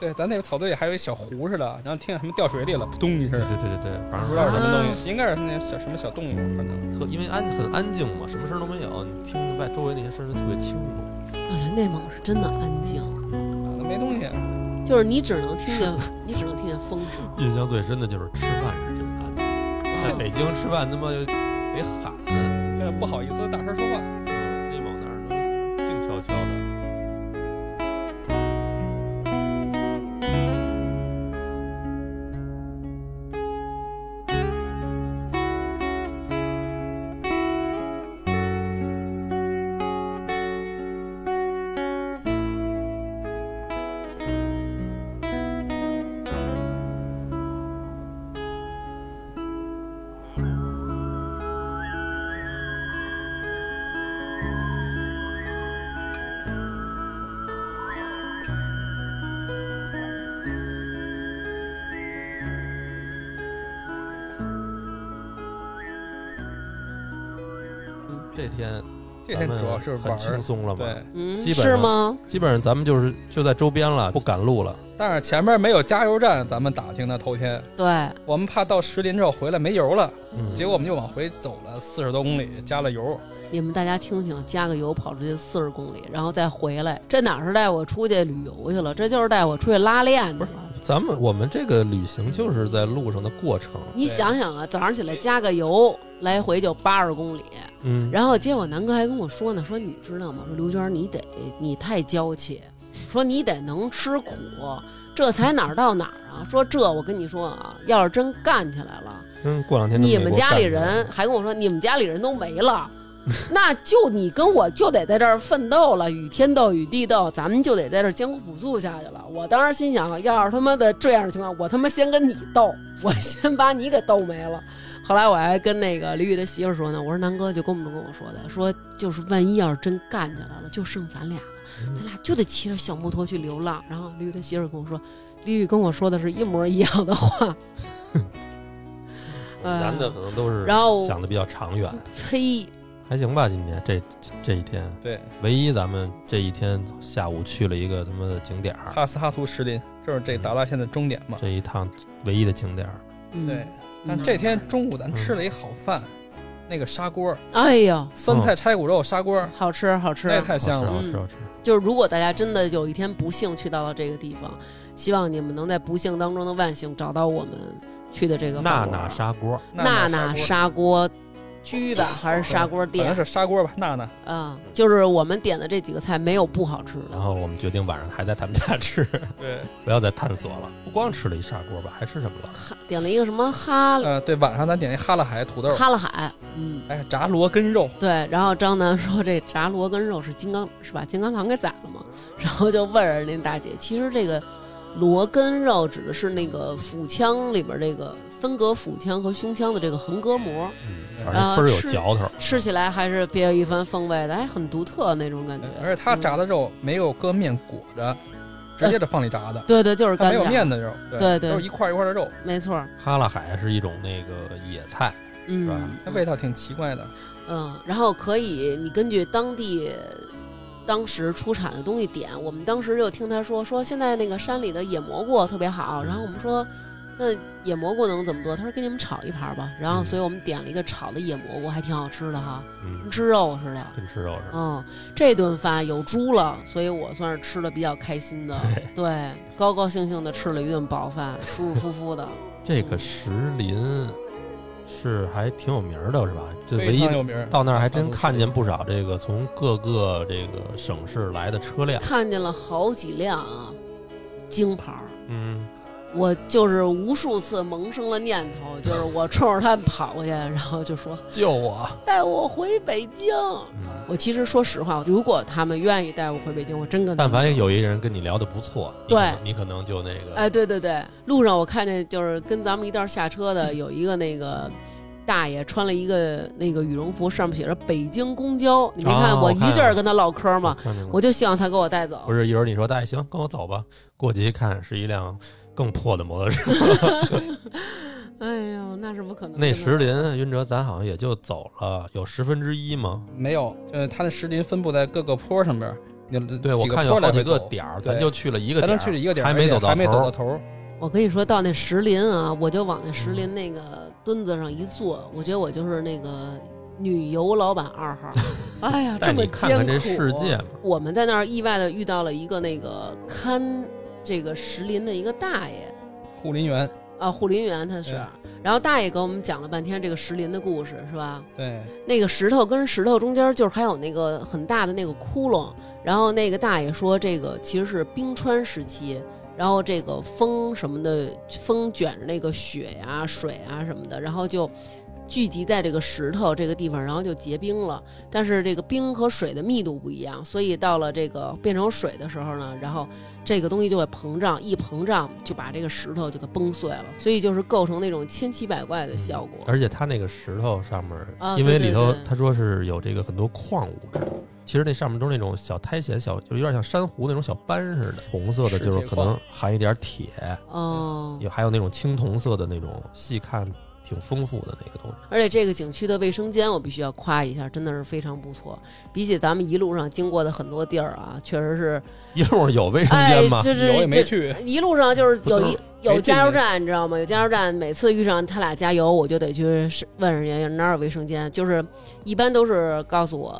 对，咱那个草堆里还有一小湖似的，然后听见什么掉水里了，扑通一对声，对对对对，反不正知道是什么东西，应该是那小什么小动物，可能。特因为安很安静嘛，什么声儿都没有，你听得外周围那些声儿就特别清楚。我觉得内蒙是真的安静，啊，那没东西，就是你只能听 见，你只能听见风声。印象最深的就是吃饭是真安静，在啊北京吃饭他妈就得喊，这不好意思大声说话。内蒙那儿都静悄悄的。这天这天咱们主要是玩很轻儿，松了嘛，对，嗯，基本上是吗？基本上咱们就是就在周边了，不赶路了。但是前面没有加油站，咱们打听的头天，对，我们怕到石林之后回来没油了，嗯，结果我们就往回走了四十多公里，加了油。你们大家听听，加个油跑出去四十公里，然后再回来，这哪是带我出去旅游去了？这就是带我出去拉练去不了是。咱们我们这个旅行就是在路上的过程，你想想啊，早上起来加个油，来回就八十公里。嗯，然后结果南哥还跟我说呢，说你知道吗？说刘娟，你得你太娇气，说你得能吃苦，这才哪儿到哪儿啊？说这我跟你说啊，要是真干起来了，嗯，过两天就你美们国家里干去了人还跟我说，你们家里人都没了。那就你跟我就得在这儿奋斗了，与天斗，与地斗，咱们就得在这儿艰苦朴素下去了。我当时心想，要是他妈的这样的情况，我他妈先跟你斗，我先把你给斗没了。后来我还跟那个李宇的媳妇说呢，我说南哥就跟我们跟我说的，说就是万一要是真干起来了，就剩咱俩嗯了，咱俩就得骑着小摩托去流浪。然后李宇的媳妇跟我说，李宇跟我说的是一模一样的话。呃男的可能都是然后想的比较长远，嘿，还行吧？今天这这一天，对，唯一咱们这一天下午去了一个他妈的景点儿，哈斯哈图石林，就是这达拉县的终点嘛。这一趟唯一的景点儿，嗯对，，但这天中午嗯咱吃了一好饭，那个砂锅，哎呦，酸菜拆骨肉砂锅，好吃好吃！嗯那太好吃香了。嗯好哦吃啊嗯好吃。就是如果大家真的有一天不幸去到了这个地方，希望你们能在不幸当中的万幸找到我们去的这个娜饭馆娜砂锅，娜娜娜砂砂锅居吧，还是砂锅锅，店好像？是砂锅吧？娜娜，嗯，就是我们点的这几个菜没有不好吃然的。后我们决定晚上还在他们家 吃，对，不要再探索了。不光吃了一砂锅吧，还吃什么了？哈点了一个什么哈呃，对，晚上咱点一哈拉海土豆，哈拉海，嗯，哎，炸罗根肉，对。然后张楠说这炸罗根肉是金刚是把金刚狼给宰了吗？然后就问人家那大姐，其实这个罗根肉指的是那个腹腔里边这个分隔腹腔和胸腔的这个横膈膜。嗯，反正啊倍儿有吃嚼头。吃起来还是别有一番风味的，还很独特那种感觉。而且它炸嗯、的肉没有搁面裹着，直接就放里炸的，对对， 就是它干没有炸，面的肉，对对都是一块一块的肉，没错儿，哈拉海是一种那个野菜，吧嗯那味道挺奇怪的。嗯，然后可以你根据当地当时出产的东西点。我们当时就听他说说现在那个山里的野蘑菇特别嗯好，然后我们说那野蘑菇能怎么做？他说给你们炒一盘吧。然后嗯所以我们点了一个炒的野蘑菇，还挺好吃的哈，跟嗯，吃肉似的。跟吃肉似的。嗯，这顿饭有猪了，所以我算是吃的比较开心的，对，对，高高兴兴的吃了一顿饱饭，舒舒服服的。这个石林是还挺有名儿的，是吧？这唯非一常有名儿。到那儿还真看见不少这个从各个这个省市来的车辆。看见了好几辆啊，京牌儿。嗯，我就是无数次萌生了念头，就是我冲着他们跑过去，然后就说救我！带我回北京。嗯，我其实说实话，如果他们愿意带我回北京，我真跟他但们凡走有一人跟你聊的不错，你对可能你可能就那个，哎，对对对，路上我看见就是跟咱们一道下车的有一个那个大爷穿了一个那个羽绒服，上面写着“北京公交”，你没看哦我我看一劲儿了跟他唠嗑吗？看见过我就希望他给我带走不。是一会儿你说，哎，行，跟我走吧。过去一看，是一辆更破的摩托车。 哎呦，那是不可能的。那石林云哲，咱好像也就走了有十分之一吗？没有，就是它的石林分布在各个坡上边儿，你对，我几个看有坡好来几回个走点儿，对咱就去了一个咱点能儿，去了一个点儿，还没而且走到还没走头儿到头儿。我跟你说到那石林啊，我就往那石嗯林那个墩子上一坐，我觉得我就是那个女游老板二 号。哎呀，带么你艰苦。啊看看这世界嘛。我们在那儿意外的遇到了一个那个看这个石林的一个大爷护林员，啊，护林员他是嗯。啊然后大爷给我们讲了半天这个石林的故事，是吧？对，那个石头跟石头中间就是还有那个很大的那个窟窿，然后那个大爷说这个其实是冰川时期，然后这个风什么的，风卷着那个雪呀、水啊什么的，然后就聚集在这个石头这个地方，然后就结冰了。但是这个冰和水的密度不一样，所以到了这个变成水的时候呢，然后这个东西就会膨胀，一膨胀就把这个石头就给崩碎了，所以就是构成那种千奇百怪嗯的效果。而且它那个石头上面，啊因对为对里头对他说是有这个很多矿物质，其实那上面都是那种小苔藓，小就有点像珊瑚那种小斑似的，红色的，是就是铁可矿嗯能含一点铁，哦，有还有那种青铜色的那种，细看挺丰富的那个东西。 而且这个景区的卫生间，我必须要夸一下，真的是非常不错。比起咱们一路上经过的很多地儿啊，确实是，一路有卫生哎间，吗？就我也是没这去，一路上就是有一没有进去加油站，你知道吗？有加油站，每次遇上他俩加油，我就得去是问人家哪儿有卫生间，就是一般都是告诉我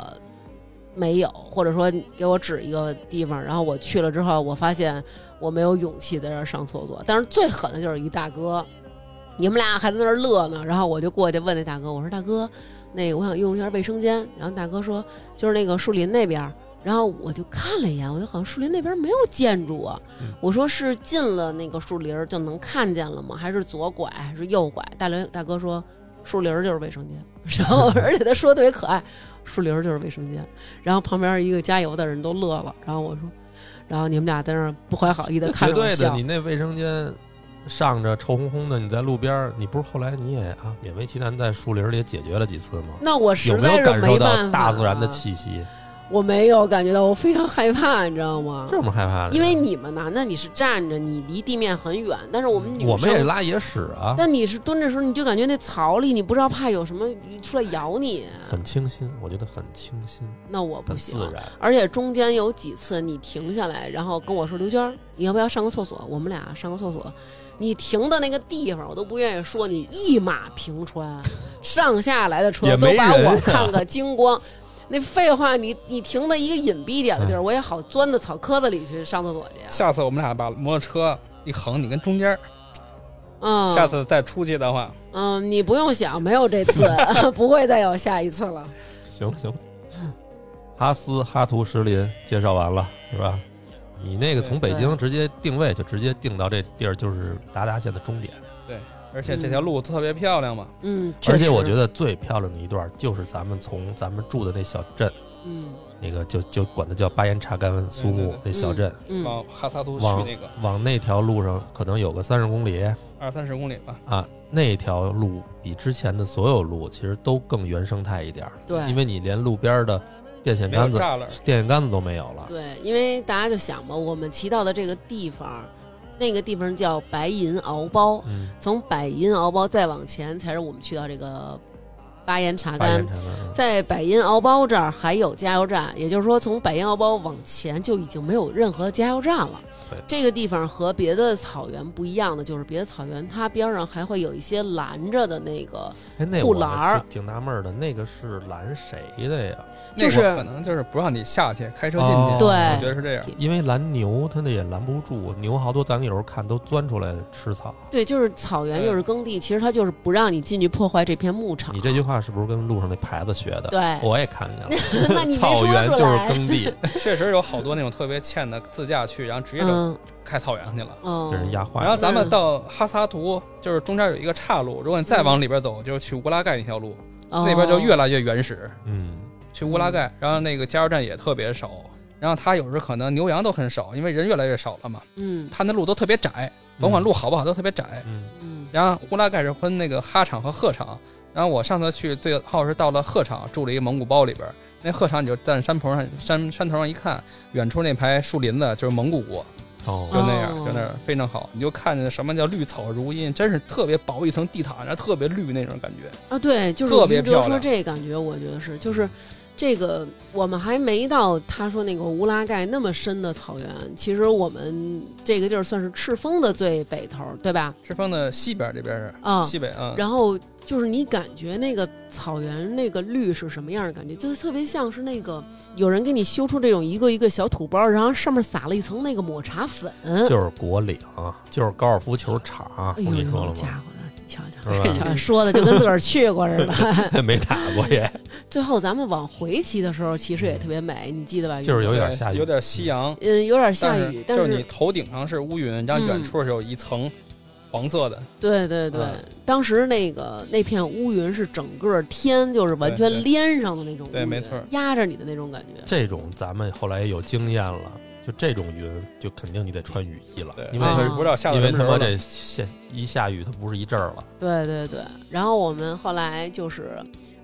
没有，或者说给我指一个地方，然后我去了之后，我发现我没有勇气在这儿上厕所。但是最狠的就是一大哥，你们俩还在那儿乐呢，然后我就过去问那大哥，我说大哥，那个我想用一下卫生间，然后大哥说就是那个树林那边儿。然后我就看了一眼，我就好像树林那边没有建筑啊。嗯我说是进了那个树林儿就能看见了吗？还是左拐还是右拐？大刘大哥说树林儿就是卫生间， 然后而且他说得特别可爱，树林儿就是卫生间。然后旁边一个加油的人都乐了，然后我说，然后你们俩在那儿不怀好意的看绝着我对的，笑你。那卫生间上着臭烘烘的，你在路边儿，你不是后来你也啊勉为其难在树林里也解决了几次吗？那我实有没在有是感受没办到法，啊大自然的气息？我没有感觉到，我非常害怕，你知道吗？这么害怕的？因为你们男的你是站着，你离地面很远，但是我们女生我们也拉野屎啊，但你是蹲着的时候，你就感觉那草里，你不知道怕有什么出来咬你。很清新，我觉得很清新，那我很不行，自然。而且中间有几次你停下来，然后跟我说刘娟儿，你要不要上个厕所？我们俩上个厕所，你停的那个地方我都不愿意说，你一马平川，上下来的车也都没把人我啊看个精光。 那废话，你你停在一个隐蔽点的嗯地儿，我也好钻到草棵子里去上厕所去呀。下次我们俩把摩托车一横，你跟中间儿，嗯，下次再出去的话，嗯，你不用想，没有这次， 不会再有下一次了。行了行了，哈斯哈图石林介绍完了是吧？你那个从北京对直接定位就直接定到这地儿，就是达达县的终点。而且这条路特别漂亮嘛，嗯，而且我觉得，得最漂亮的一段就是咱们从咱们住的那小镇，嗯那个就就管它叫巴彦查干苏木那嗯小镇，嗯，往哈萨图去往那个往那条路上可能有个三十公里二三十公里吧。啊。那条路比之前的所有路其实都更原生态一点儿，对因为你连路边的电线没有杆子、栅栏，电线杆子都没有了。对，因为大家就想吧，我们骑到的这个地方，那个地方叫白银鳌包，嗯，从白银鳌包再往前才是我们去到这个巴彦查八干元。茶干，在百因敖包这儿还有加油站，也就是说，从百因敖包往前就已经没有任何加油站了对。这个地方和别的草原不一样的，就是别的草原它边上还会有一些拦着的那个，哎，那护我栏儿就挺纳闷儿的，那个是拦谁的呀？那就是个可能就是不让你下去开车进哦去，对我觉得是这样。因为拦牛，它那也拦不住，牛好多咱有时候看都钻出来吃草。对，就是草原对又是耕地，其实它就是不让你进去破坏这片牧场你。这句啊话是不是跟路上那牌子学的？对，我也看见了， 那你没草说原就出是来。耕地，确实有好多那种特别欠的自驾去，然后直接就嗯，开草原上去了。哦给，人压坏然后了。咱们到哈萨图，就是中间有一个岔路，如果你再往里边走，就是去乌拉盖那条路，哦那边就越来越原始。嗯，去乌拉盖，然后那个加油站也特别少，然后它有时候可能牛羊都很少，因为人越来越少了嘛，嗯它那路都特别窄，甭管路好不好都特别窄。嗯，嗯然后乌拉盖是分那个哈场和鹤场，然后我上次去最后是到了鹤场，住了一个蒙古包里边儿。那鹤场你就站山头上，山山头上一看，远处那排树林子就是蒙古国，就哦，那样，哦就那样非常好。你就看见什么叫绿草如茵，真是特别薄一层地毯，然后特别绿那种感觉。啊，对，就是特别云哲漂说亮这感觉，我觉得是，就是这个我们还没到他说那个乌拉盖那么深的草原，其实我们这个地儿算是赤峰的最北头儿，对吧？赤峰的西边这边是、啊、西北啊，然后就是你感觉那个草原那个绿是什么样的感觉？就是特别像是那个有人给你修出这种一个一个小土包，然后上面撒了一层那个抹茶粉。就是国岭，就是高尔夫球场，我嗯哎呦跟你说呦了，家吗？伙的，你瞧瞧，是吧瞧 瞧说的就跟自个儿去过似的。 没打过也，最后咱们往回骑的时候，其实也特别美，你记得吧？就是有点对下雨有点夕阳，嗯，有点下但雨嗯是，但就是你头顶上是乌云，然后远处是有一层黄色的，对对对，嗯当时那个那片乌云是整个天就是完全对对连上的那种乌云，对没错压着你的那种感觉。这种咱们后来也有经验了，就这种云，就肯定你得穿雨衣了对，，因为啊可是不知道下到因什为么他时候妈了。这下一下雨，它不是一阵儿了。对对对，然后我们后来就是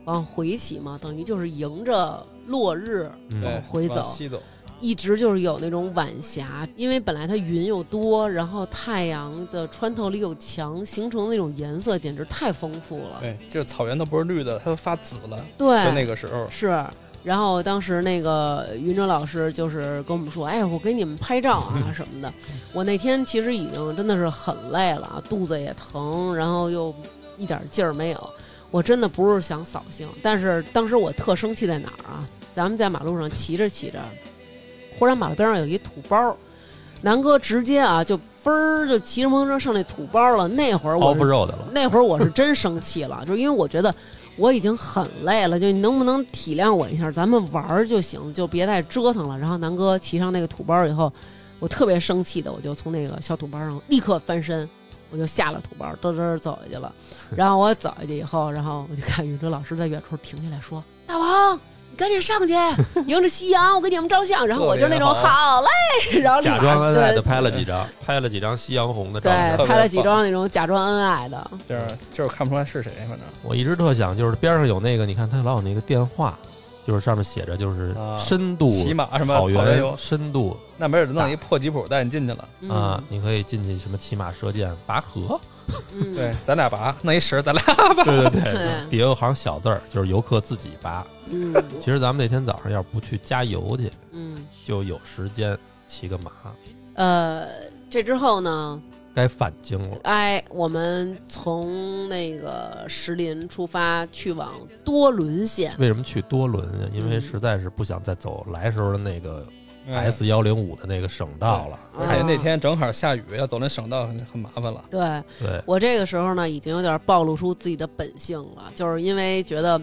往回骑嘛，等于就是迎着落日，对嗯，，回走往西走，一直就是有那种晚霞，因为本来它云又多，然后太阳的穿透力又强，形成那种颜色简直太丰富了。对，就是草原都不是绿的，它都发紫了，对，就那个时候，是。然后当时那个云哲老师就是跟我们说：“哎，我给你们拍照啊什么的。”我那天其实已经真的是很累了啊，肚子也疼，然后又一点劲儿没有。我真的不是想扫兴，但是当时我特生气在哪儿啊？咱们在马路上骑着骑着，忽然马路边上有一土包，南哥直接啊就嘣儿就骑着摩托车上那土包了。那会儿我 off 是 road 了，那会儿我是真生气了，就是因为我觉得我已经很累了，就你能不能体谅我一下，咱们玩儿就行，就别再折腾了。然后南哥骑上那个土包以后，我特别生气的，我就从那个小土包上立刻翻身，我就下了土包，嘚嘚儿走下去 了。然后我走下去以后，然后我就看宇哲老师在远处停下来说：“大王。”你赶紧上去，迎着夕阳，我给你们照相。然后我就是那种特别好嘞，然后立马假装恩爱对的拍了几张，拍了几张夕阳红的照片对，特别拍了几棒张那种假装恩爱的，就是嗯就是看不出来是谁，反正我一直特想，就是边上有那个，你看它老有那个电话，就是上面写着就是啊深度骑马什么草草原游原深度那没准弄一破吉普带你进去了。嗯啊，你可以进去什么骑马射箭拔河，嗯，对，咱俩拔，弄一绳，咱 俩对对对对底下有行小字儿，就是游客自己拔。嗯其实咱们那天早上要不去加油去，嗯，就有时间骑个马，呃，这之后呢，该返京哦了。哎，我们从那个石林出发，去往多伦县。为什么去多伦呀？因为嗯实在是不想再走来时候的那个哎 S 幺零五的那个省道了。而且那天正好下雨，要走那省道很很麻烦了。啊对对，我这个时候呢，已经有点暴露出自己的本性了，就是因为觉得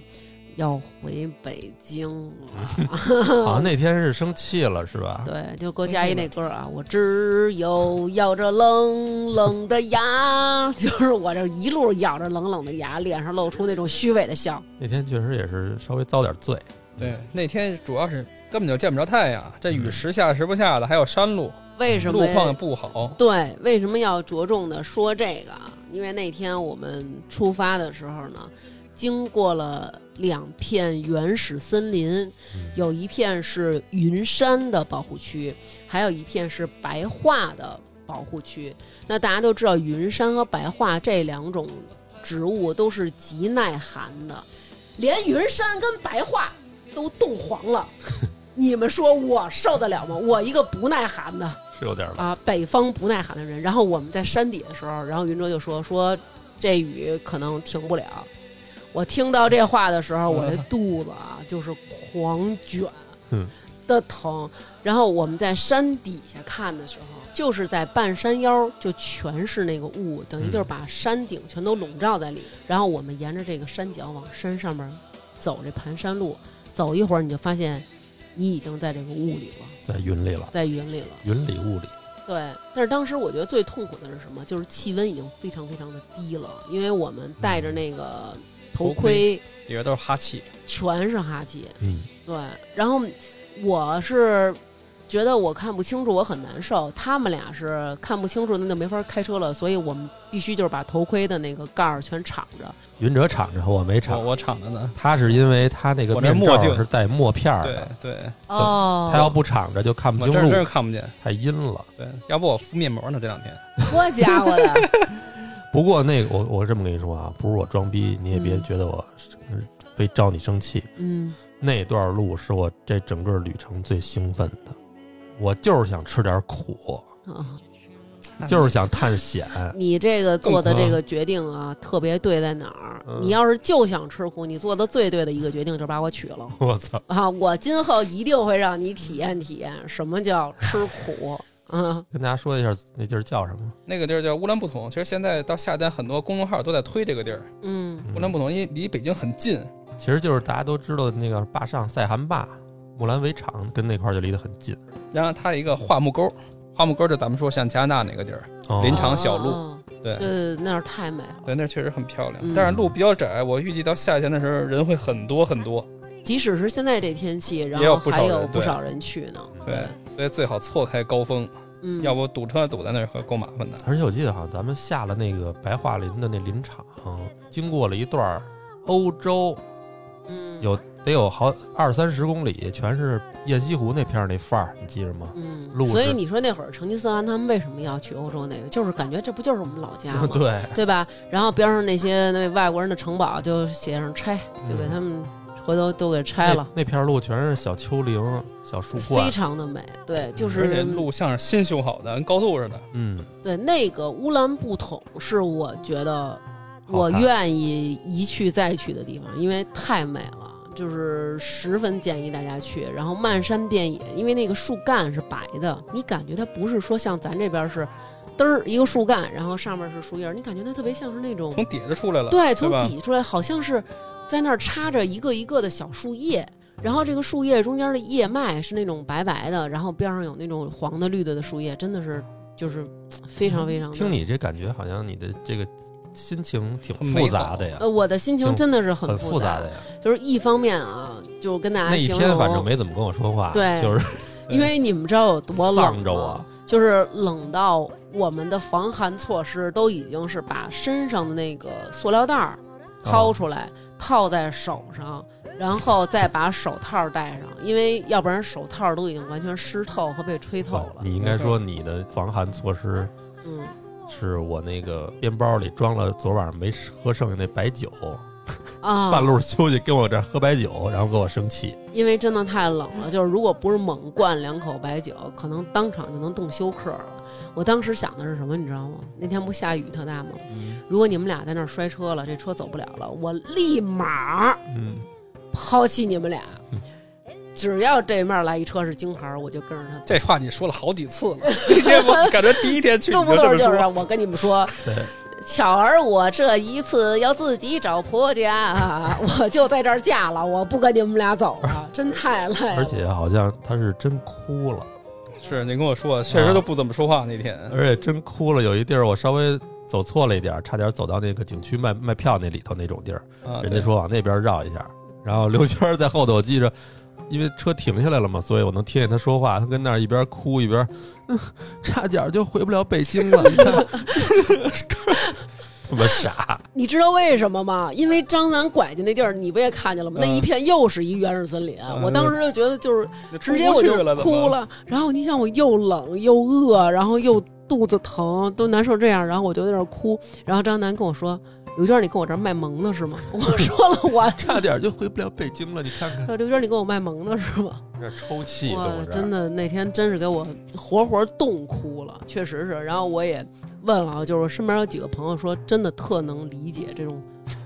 要回北京啊了。好像那天是生气了是吧？嗯对，就给我加一那歌儿啊，我只有咬着冷冷的牙， 就是我这一路咬着冷冷的牙，脸上露出那种虚伪的笑。那天确实也是稍微遭点罪。对，那天主要是根本就见不着太阳，这嗯雨时下时不下的，还有山路，为什么路呀？况也不好。对，为什么要着重的说这个啊？因为那天我们出发的时候呢，经过了两片原始森林，嗯有一片是云山的保护区，还有一片是白桦的保护区。那大家都知道，云杉和白桦这两种植物都是极耐寒的。连云山跟白桦都冻黄了， 你们说我受得了吗？我一个不耐寒的是有点冷。啊，北方不耐寒的人。然后我们在山底的时候，然后云哲就说说这雨可能停不了。我听到这话的时候，我这肚子啊就是狂卷嗯的疼。然后我们在山底下看的时候，就是在半山腰，就全是那个雾，等于就是把山顶全都笼罩在里。然后我们沿着这个山脚往山上面走，这盘山路走一会儿，你就发现你已经在这个雾里了，在云里了，在云里了。云里雾里，对，但是当时我觉得最痛苦的是什么？就是气温已经非常非常的低了，因为我嗯们戴着那个头头盔盔，里边都是哈气，全是哈气。嗯，对，然后我是觉得我看不清楚，我很难受。他们俩是看不清楚，那就没法开车了，所以我们必须就是把头盔的那个盖儿全敞着。云哲敞着，我没我敞。我敞着呢。他是因为他那个我这面墨罩镜是带墨片儿对的，对，哦他要不敞着就看不我清这真是路，看不见。太阴了。对，要不我敷面膜呢？这两天多家伙的，不过那个我我这么跟你说啊，不是我装逼，你也别嗯觉得我呃非招你生气。 嗯，那段路是我这整个旅程最兴奋的，我就是想吃点苦，啊，嗯就是想探险。你这个做的这个决定啊，特别对在哪儿？嗯你要是就想吃苦，你做的最对的一个决定就是把我娶了。我操！啊，我今后一定会让你体验体验什么叫吃苦。啊！跟大家说一下，那地儿叫什么？那个地儿叫乌兰布统。其实现在到下单，很多公众号都在推这个地儿。嗯，嗯乌兰布统因为离北京很近，其实就是大家都知道的那个坝上塞罕坝、木兰围场，跟那块儿就离得很近。然后它有一个桦木沟，桦木沟就咱们说像加拿大那个地儿，哦林场小路哦对对对，对那儿太美了。对，那儿确实很漂亮嗯，但是路比较窄，我预计到夏天的时候人会很多很多，即使是现在这天气，然也有后不少还有人不对少人去呢。对，所以最好错开高峰，嗯，要不堵车堵在那儿会够麻烦的。而且我记得好像咱们下了那个白桦林的那林场，经过了一段儿欧洲，嗯有得有好二三十公里，全是雁西湖那片儿那范儿，你记着吗？路嗯，是所以你说那会儿成吉思汗他们为什么要去欧洲那个？就是感觉这不就是我们老 家吗？ 对，对吧？然后边上那些那外国人的城堡就写上拆，就嗯给他们回头都给拆了，嗯那那片儿路全是小丘陵、小树非冠，常的美。对，就嗯而且是路像是新修好的，跟高速似的。嗯，对，那个乌兰布统是我觉得好我看愿意一去再去的地方，因为太美了，就是十分建议大家去。然后漫山遍野，因为那个树干是白的，你感觉它不是说像咱这边是嘚儿一个树干，然后上面是树叶儿，你感觉它特别像是那种从底下就出来了，对，从吧？底出来，好像是在那儿插着一个一个的小树叶，然后这个树叶中间的叶脉是那种白白的，然后边上有那种黄的、绿的的树叶，真的是就是非常非常的听你这感觉，好像你的这个心情挺很复美杂好的呀呃，，我的心情挺真的是很复杂的呀。就是一方面啊，就跟大那家一形天反正容，没怎么跟我说话，对就是因为你们知道有多冷啊丧啊着吗我，就是冷到我们的防寒措施都已经是把身上的那个塑料袋儿掏出哦来、套在手上，然后再把手套戴上，因为要不然手套都已经完全湿透和被吹透了。哦嗯你应该说你的防寒措施嗯，是我那个边包里装了昨晚上没喝剩下那白酒，哦半啊，路休息跟我这儿喝白酒，然后跟我生气。因为真的太冷了，就是如果不是猛灌两口白酒，可能当场就能冻休克了。我当时想的是什么，你知道吗？那天不下雨特大吗？嗯如果你们俩在那儿摔车了，这车走不了了，我立马嗯，抛弃你们俩嗯。只要对面来一车是京孩儿，我就跟着他走。这话你说了好几次了，这天我感觉第一天 去你动不就动这就么是说，我跟你们说，对，巧儿我这一次要自己找婆家， 我就在这儿嫁了，我不跟你们俩走了，真太累了。而且好像他是真哭了，是你跟我说，确实都不怎么说话那天。而且真哭了。有一地儿我稍微走错了一点儿，差点走到那个景区卖卖票那里头那种地儿，啊，人对家说往那边绕一下，然后刘娟儿在后头，我记着，因为车停下来了嘛，所以我能听见她说话，她跟那儿一边哭一边，嗯，差点就回不了北京了，你看他妈傻，你知道为什么吗？因为张楠拐进那地儿，你不也看见了吗？那嗯一片又是一原始森林，啊嗯我当时就觉得就是那直出不接我去就了，怎哭么了。然后你想，我又冷又饿，然后又肚子疼，都难受这样，然后我就在那儿哭。然后张楠跟我说：“刘娟，你跟我这儿卖萌呢是吗？ 我说了我， 差点就回不了北京了。你看看，说刘娟，你跟我卖萌呢是吗？ 有点抽泣，跟哇我，这真儿的那天真是给我活活冻哭了，确实是。然后我也问了啊，就是我身边有几个朋友说，真的特能理解这种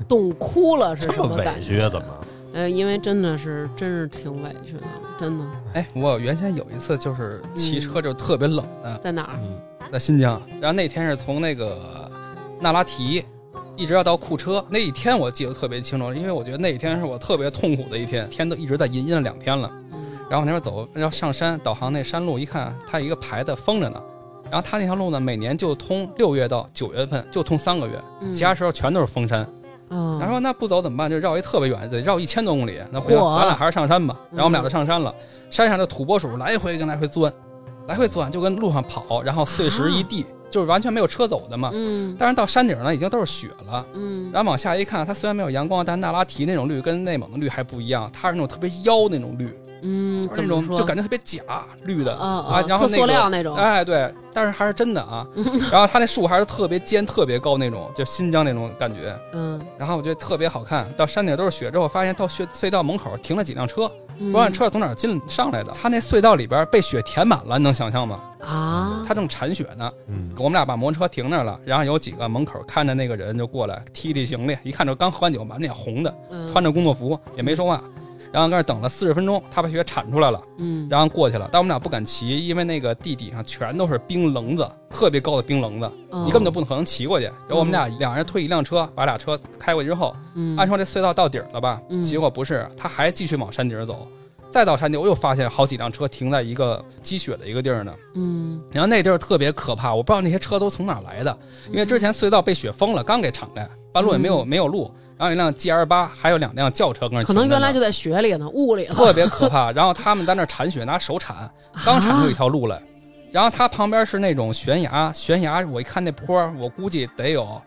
冻哭了是这什么感委屈啊觉？怎？么？呃，因为真的是，真是挺委屈的，真的。哎，我原先有一次就是嗯骑车就特别冷啊的，在哪儿？嗯，在新疆，然后那天是从那个那拉提。一直要到库车那一天，我记得特别清楚，因为我觉得那一天是我特别痛苦的一天，天都一直在阴阴了两天了。嗯然后往那边走，要上山，导航那山路一看，它有一个牌子封着呢。然后它那条路呢，每年就通六月到九月份，就通三个月，嗯其他时候全都是封山。嗯，然后说那不走怎么办？就绕一特别远，得绕一千多公里。那不嚯行，咱俩还是上山吧。然后我们俩嗯就上山了，山上的土拨鼠来回跟来回钻，来回钻就跟路上跑，然后碎石一地，就是完全没有车走的嘛。啊嗯但是到山顶呢，已经都是雪了。嗯，然后往下一看，它虽然没有阳光，但是那拉提那种绿跟内蒙的绿还不一样，它是那种特别妖那种绿，嗯，就是怎那么种说？就感觉特别假绿的啊啊。然后特那塑料个，那种，哎对，但是还是真的啊。然后它那树还是特别尖、特别高那种，就新疆那种感觉。嗯，然后我觉得特别好看。到山顶都是雪之后，发现到雪隧道门口停了几辆车，嗯不知道车是从哪儿进上来的。它那隧道里边被雪填满了，你能想象吗？啊，它正铲雪呢。嗯我们俩把摩托车停那儿了，然后有几个门口看着那个人就过来提提行李，一看就刚喝完酒，满脸红的，穿着着工作服也没说话。然后搁那儿等了四十分钟，他把雪铲出来了，嗯，然后过去了。但我们俩不敢骑，因为那个地底上全都是冰棱子，特别高的冰棱子，嗯你根本就不可能骑过去。然后我们俩两人推一辆车，把俩车开过去之后，嗯按说这隧道到底儿了吧？嗯结果不是，他还继续往山顶儿走，再到山顶，我又发现好几辆车停在一个积雪的一个地儿呢。嗯，然后那地儿特别可怕，我不知道那些车都从哪儿来的，因为之前隧道被雪封了，刚给敞开，半路也没有、没有路。然后一辆 G R 八，还有两辆轿车跟那儿嗯可停着能呢原来就在 雪里呢，雾里了， 特别可怕。然后他们在那儿铲雪，拿手铲，刚铲出一条路来。然后它旁边是那种悬崖，悬崖我一看那坡儿，我估计得有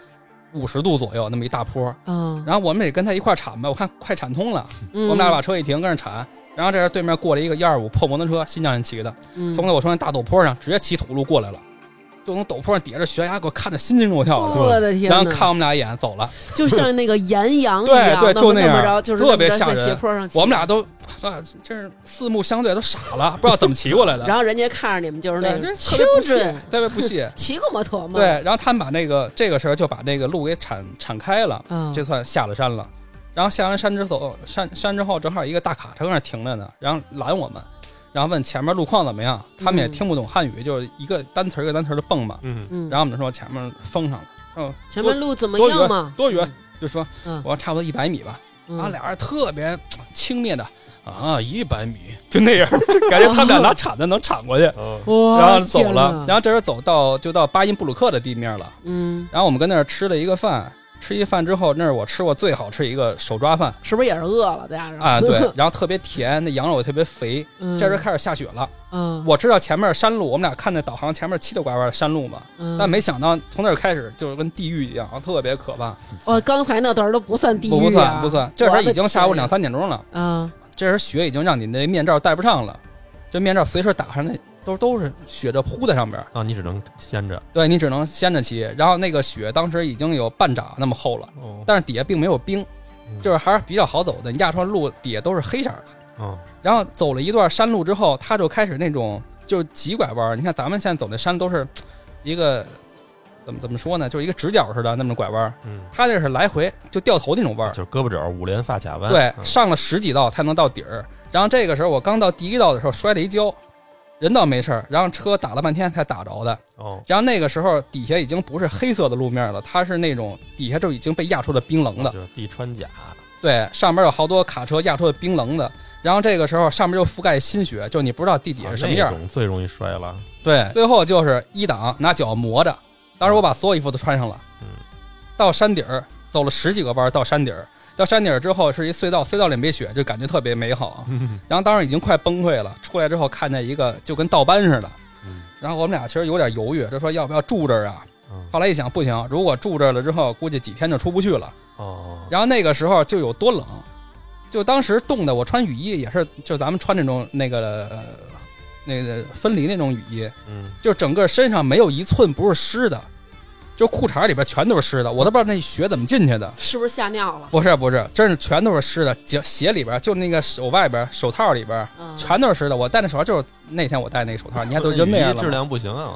五十度左右那么一大坡儿。啊，然后我们也跟他一块儿铲吧，我看快铲通了，嗯我们俩把车一停，跟那铲。然后这时对面过来一个幺二五破摩托车，新疆人骑的，嗯从那我说那大陡坡上直接骑土路过来了，就从陡坡上底下这悬崖给我看得心惊肉跳的。我的天然后呐看我们俩一眼走了，就像那个岩羊一对样，那么对就那样么着，就是特别那么着吓在人斜坡上骑，我们俩都啊，真是四目相对，都傻了，不知道怎么骑过来的。 然后人家看着你们就是那对，种这特别不屑 children，特别不屑。骑过摩托吗？对，，然后他们把那个这个时候就把那个路给铲铲开了，啊，这算下了山了。然后下完山之后，山山之后正好一个大卡车在那儿停着呢，然后拦我们，然后问前面路况怎么样，他们也听不懂汉语，就是一个单词儿一个单词儿的蹦嘛。嗯，嗯，然后我们就说前面封上了，嗯，前面路怎么多样嘛？多远？就说嗯我说差不多一百米吧。嗯，然后俩人特别轻蔑的啊，一百米 就那 样，感觉他们俩拿铲子能铲过去，哦哇，然后走天了呐。然后这时候走到就到巴音布鲁克的地面了，嗯，然后我们跟那儿吃了一个饭，吃一饭之后，那是我吃过最好吃一个手抓饭。是不是也是饿了？再加上 啊，对，，然后特别甜，那羊肉也特别肥。嗯这时候开始下雪了，嗯，我知道前面山路，我们俩看那导航前面七里拐弯的山路嘛，嗯但没想到从那儿开始就是跟地狱一样，特别可怕。我刚才那段儿都不算地狱不啊，不算不算，这时候已经下午两三三点钟了，啊，这时候雪已经让你那面罩戴不上了，这面罩随时打上那都都是雪就铺在上边儿，那哦你只能掀着。对你只能掀着骑。然后那个雪当时已经有半掌那么厚了，哦，但是底下并没有冰，就是还是比较好走的。你压穿路底下都是黑色儿的。嗯，然后走了一段山路之后，他就开始那种就是急拐弯儿。你看咱们现在走那山都是一个怎么怎么说呢，就是一个直角似的那么拐弯儿。嗯，他这是来回就掉头那种弯儿，就是胳膊肘儿五连发卡弯。对，嗯上了十几道才能到底儿。然后这个时候我刚到第一道的时候摔了一跤，人倒没事儿，然后车打了半天才打着的。哦，然后那个时候底下已经不是黑色的路面了，它是那种底下就已经被压出了冰棱子。就是地穿甲。啊对，上边有好多卡车压出了冰棱子，然后这个时候上面又覆盖新雪，就你不知道地底下是什么啊那样。种最容易摔了。对，最后就是一档拿脚磨着，当时我把所有衣服都穿上了，嗯，到山顶儿走了十几个弯儿到山顶儿，到山顶儿之后是一隧道，隧道里没雪，就感觉特别美好。然后当时已经快崩溃了，出来之后看见一个就跟倒班似的，嗯然后我们俩其实有点犹豫，就说要不要住这儿啊？嗯后来一想不行，如果住这儿了之后，估计几天就出不去了。哦，然后那个时候就有多冷，就当时冻的我穿雨衣也是，就咱们穿那种那个、呃、那个分离那种雨衣，嗯就整个身上没有一寸不是湿的。就裤衩里边全都是湿的，我都不知道那血怎么进去的。是不是吓尿了？不是不是，真是全都是湿的，脚鞋里边就那个手外边手套里边嗯，全都是湿的。我戴那手套就是那天我戴那个手套，你看都人扔那样质了。量不行啊！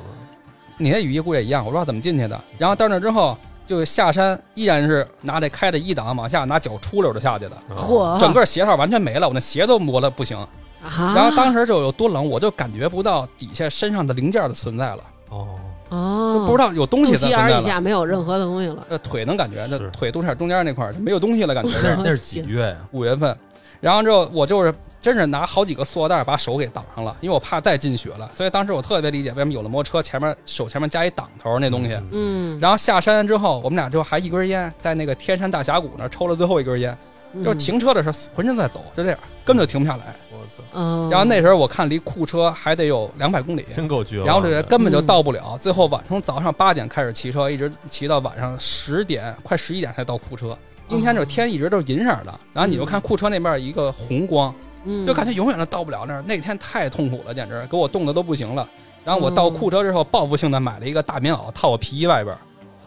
你那雨衣估计也一样，我不知道怎么进去的。然后到那之后就下山，依然是拿这开着一档往下拿脚出溜着下去的，啊嚯！整个鞋套完全没了，我那鞋都磨得不行。哦啊！然后当时就有多冷，我就感觉不到底下身上的零件的存在了，哦，哦都，不知道有东西肚在存脐眼儿在以了。下没有任何的东西了。呃，腿能感觉，那是腿肚脐眼中间那块儿就没有东西了，感觉那是是那是几月呀？五月份。然后之后我就是真是拿好几个塑料袋把手给挡上了，因为我怕再进雪了。所以当时我特别理解为什么有了摩托车前面手前面加一挡头那东西。嗯，然后下山之后，我们俩就还一根烟，在那个天山大峡谷那儿抽了最后一根烟，就是嗯。停车的时候浑身在抖，就这样，根本就停不下来。我操，嗯，然后那时候我看离库车还得有两百公里，真够绝望的。然后这人根本嗯就到不了，最后晚从早上八点开始骑车，一直骑到晚上十点，快十一点才到库车。阴天哦就是天一直都是银色的，然后你就看库车那边一个红光，嗯就感觉永远都到不了那儿。那天太痛苦了，简直给我冻得都不行了。然后我哦到库车之后，报复性的买了一个大棉袄套我皮衣外边儿，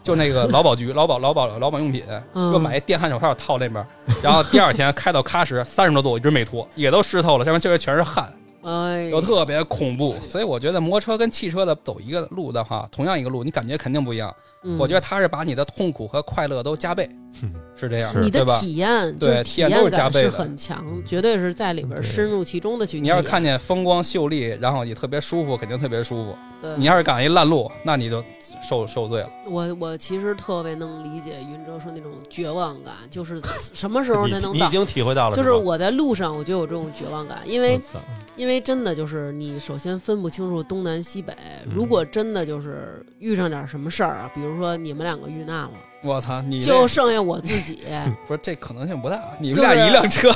就那个劳保局、劳保、劳保、劳保用品，嗯又买一电焊手套套那边儿。然后第二天开到喀什，三十多度，我一直没脱，也都湿透了，上面这边全是汗。哎，有特别恐怖，所以我觉得摩托车跟汽车的走一个路的话，同样一个路，你感觉肯定不一样。嗯我觉得它是把你的痛苦和快乐都加倍，嗯是这样，是你对的吧？体验就对是体体验都是验加感倍的嗯是很强，绝对是在里边对深入其中的去体验。你要是看见风光秀丽，然后也特别舒服，肯定特别舒服。对，你要是赶上一烂路，那你就受受罪了。我我其实特别能理解云哲说那种绝望感，就是什么时候你才能你已到？经体会到了，就是吧嗯我在路上，我就有这种绝望感，因为我操因为真的就是你首先分不清楚东南西北。嗯如果真的就是遇上点什么事儿啊，比如说你们两个遇难了，我操，你就这剩下我自己，不是这可能性不大，你们就是俩一辆车，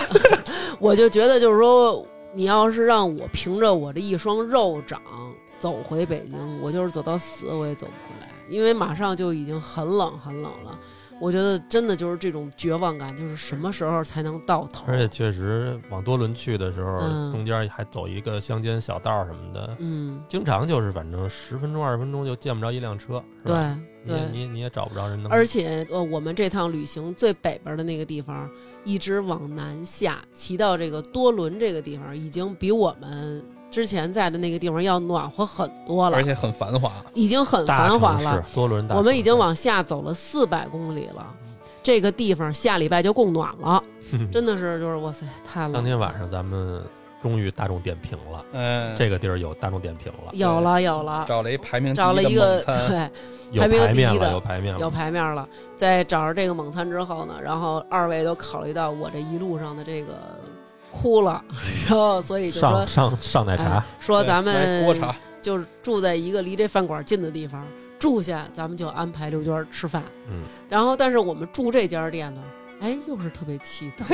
我就觉得就是说，你要是让我凭着我这一双肉掌走回北京，我就是走到死我也走不回来，因为马上就已经很冷很冷了。我觉得真的就是这种绝望感，就是什么时候才能到头？而且确实往多伦去的时候，嗯中间还走一个乡间小道儿什么的，嗯，经常就是反正十分钟二十分钟就见不着一辆车，是对吧？你也对。你也你也找不着人能。而且呃，我们这趟旅行最北边的那个地方，一直往南下，骑到这个多伦这个地方，已经比我们之前在的那个地方要暖和很多了而，且很繁华。已经很大繁华城市了。多伦大城市，我们已经往下走了四百公里了，这个地方下礼拜就供暖了，真的是就是哇塞，太冷了。当天晚上咱们终于大众点评了，嗯，这个地儿有大众点评了，有了有了，找了一排名第找了一的个猛 餐，对有排名排面第一了，的有排面有了。牌面了。在找着这个猛餐之后呢，然后二位都考虑到我这一路上的这个哭了， 然后所以就说上上上奶茶哎，说咱来们锅 茶，就是住在一个离这饭馆近的地方住下，咱们就安排刘娟儿吃饭。嗯，然后但是我们住这家店呢，哎，又是特别奇特。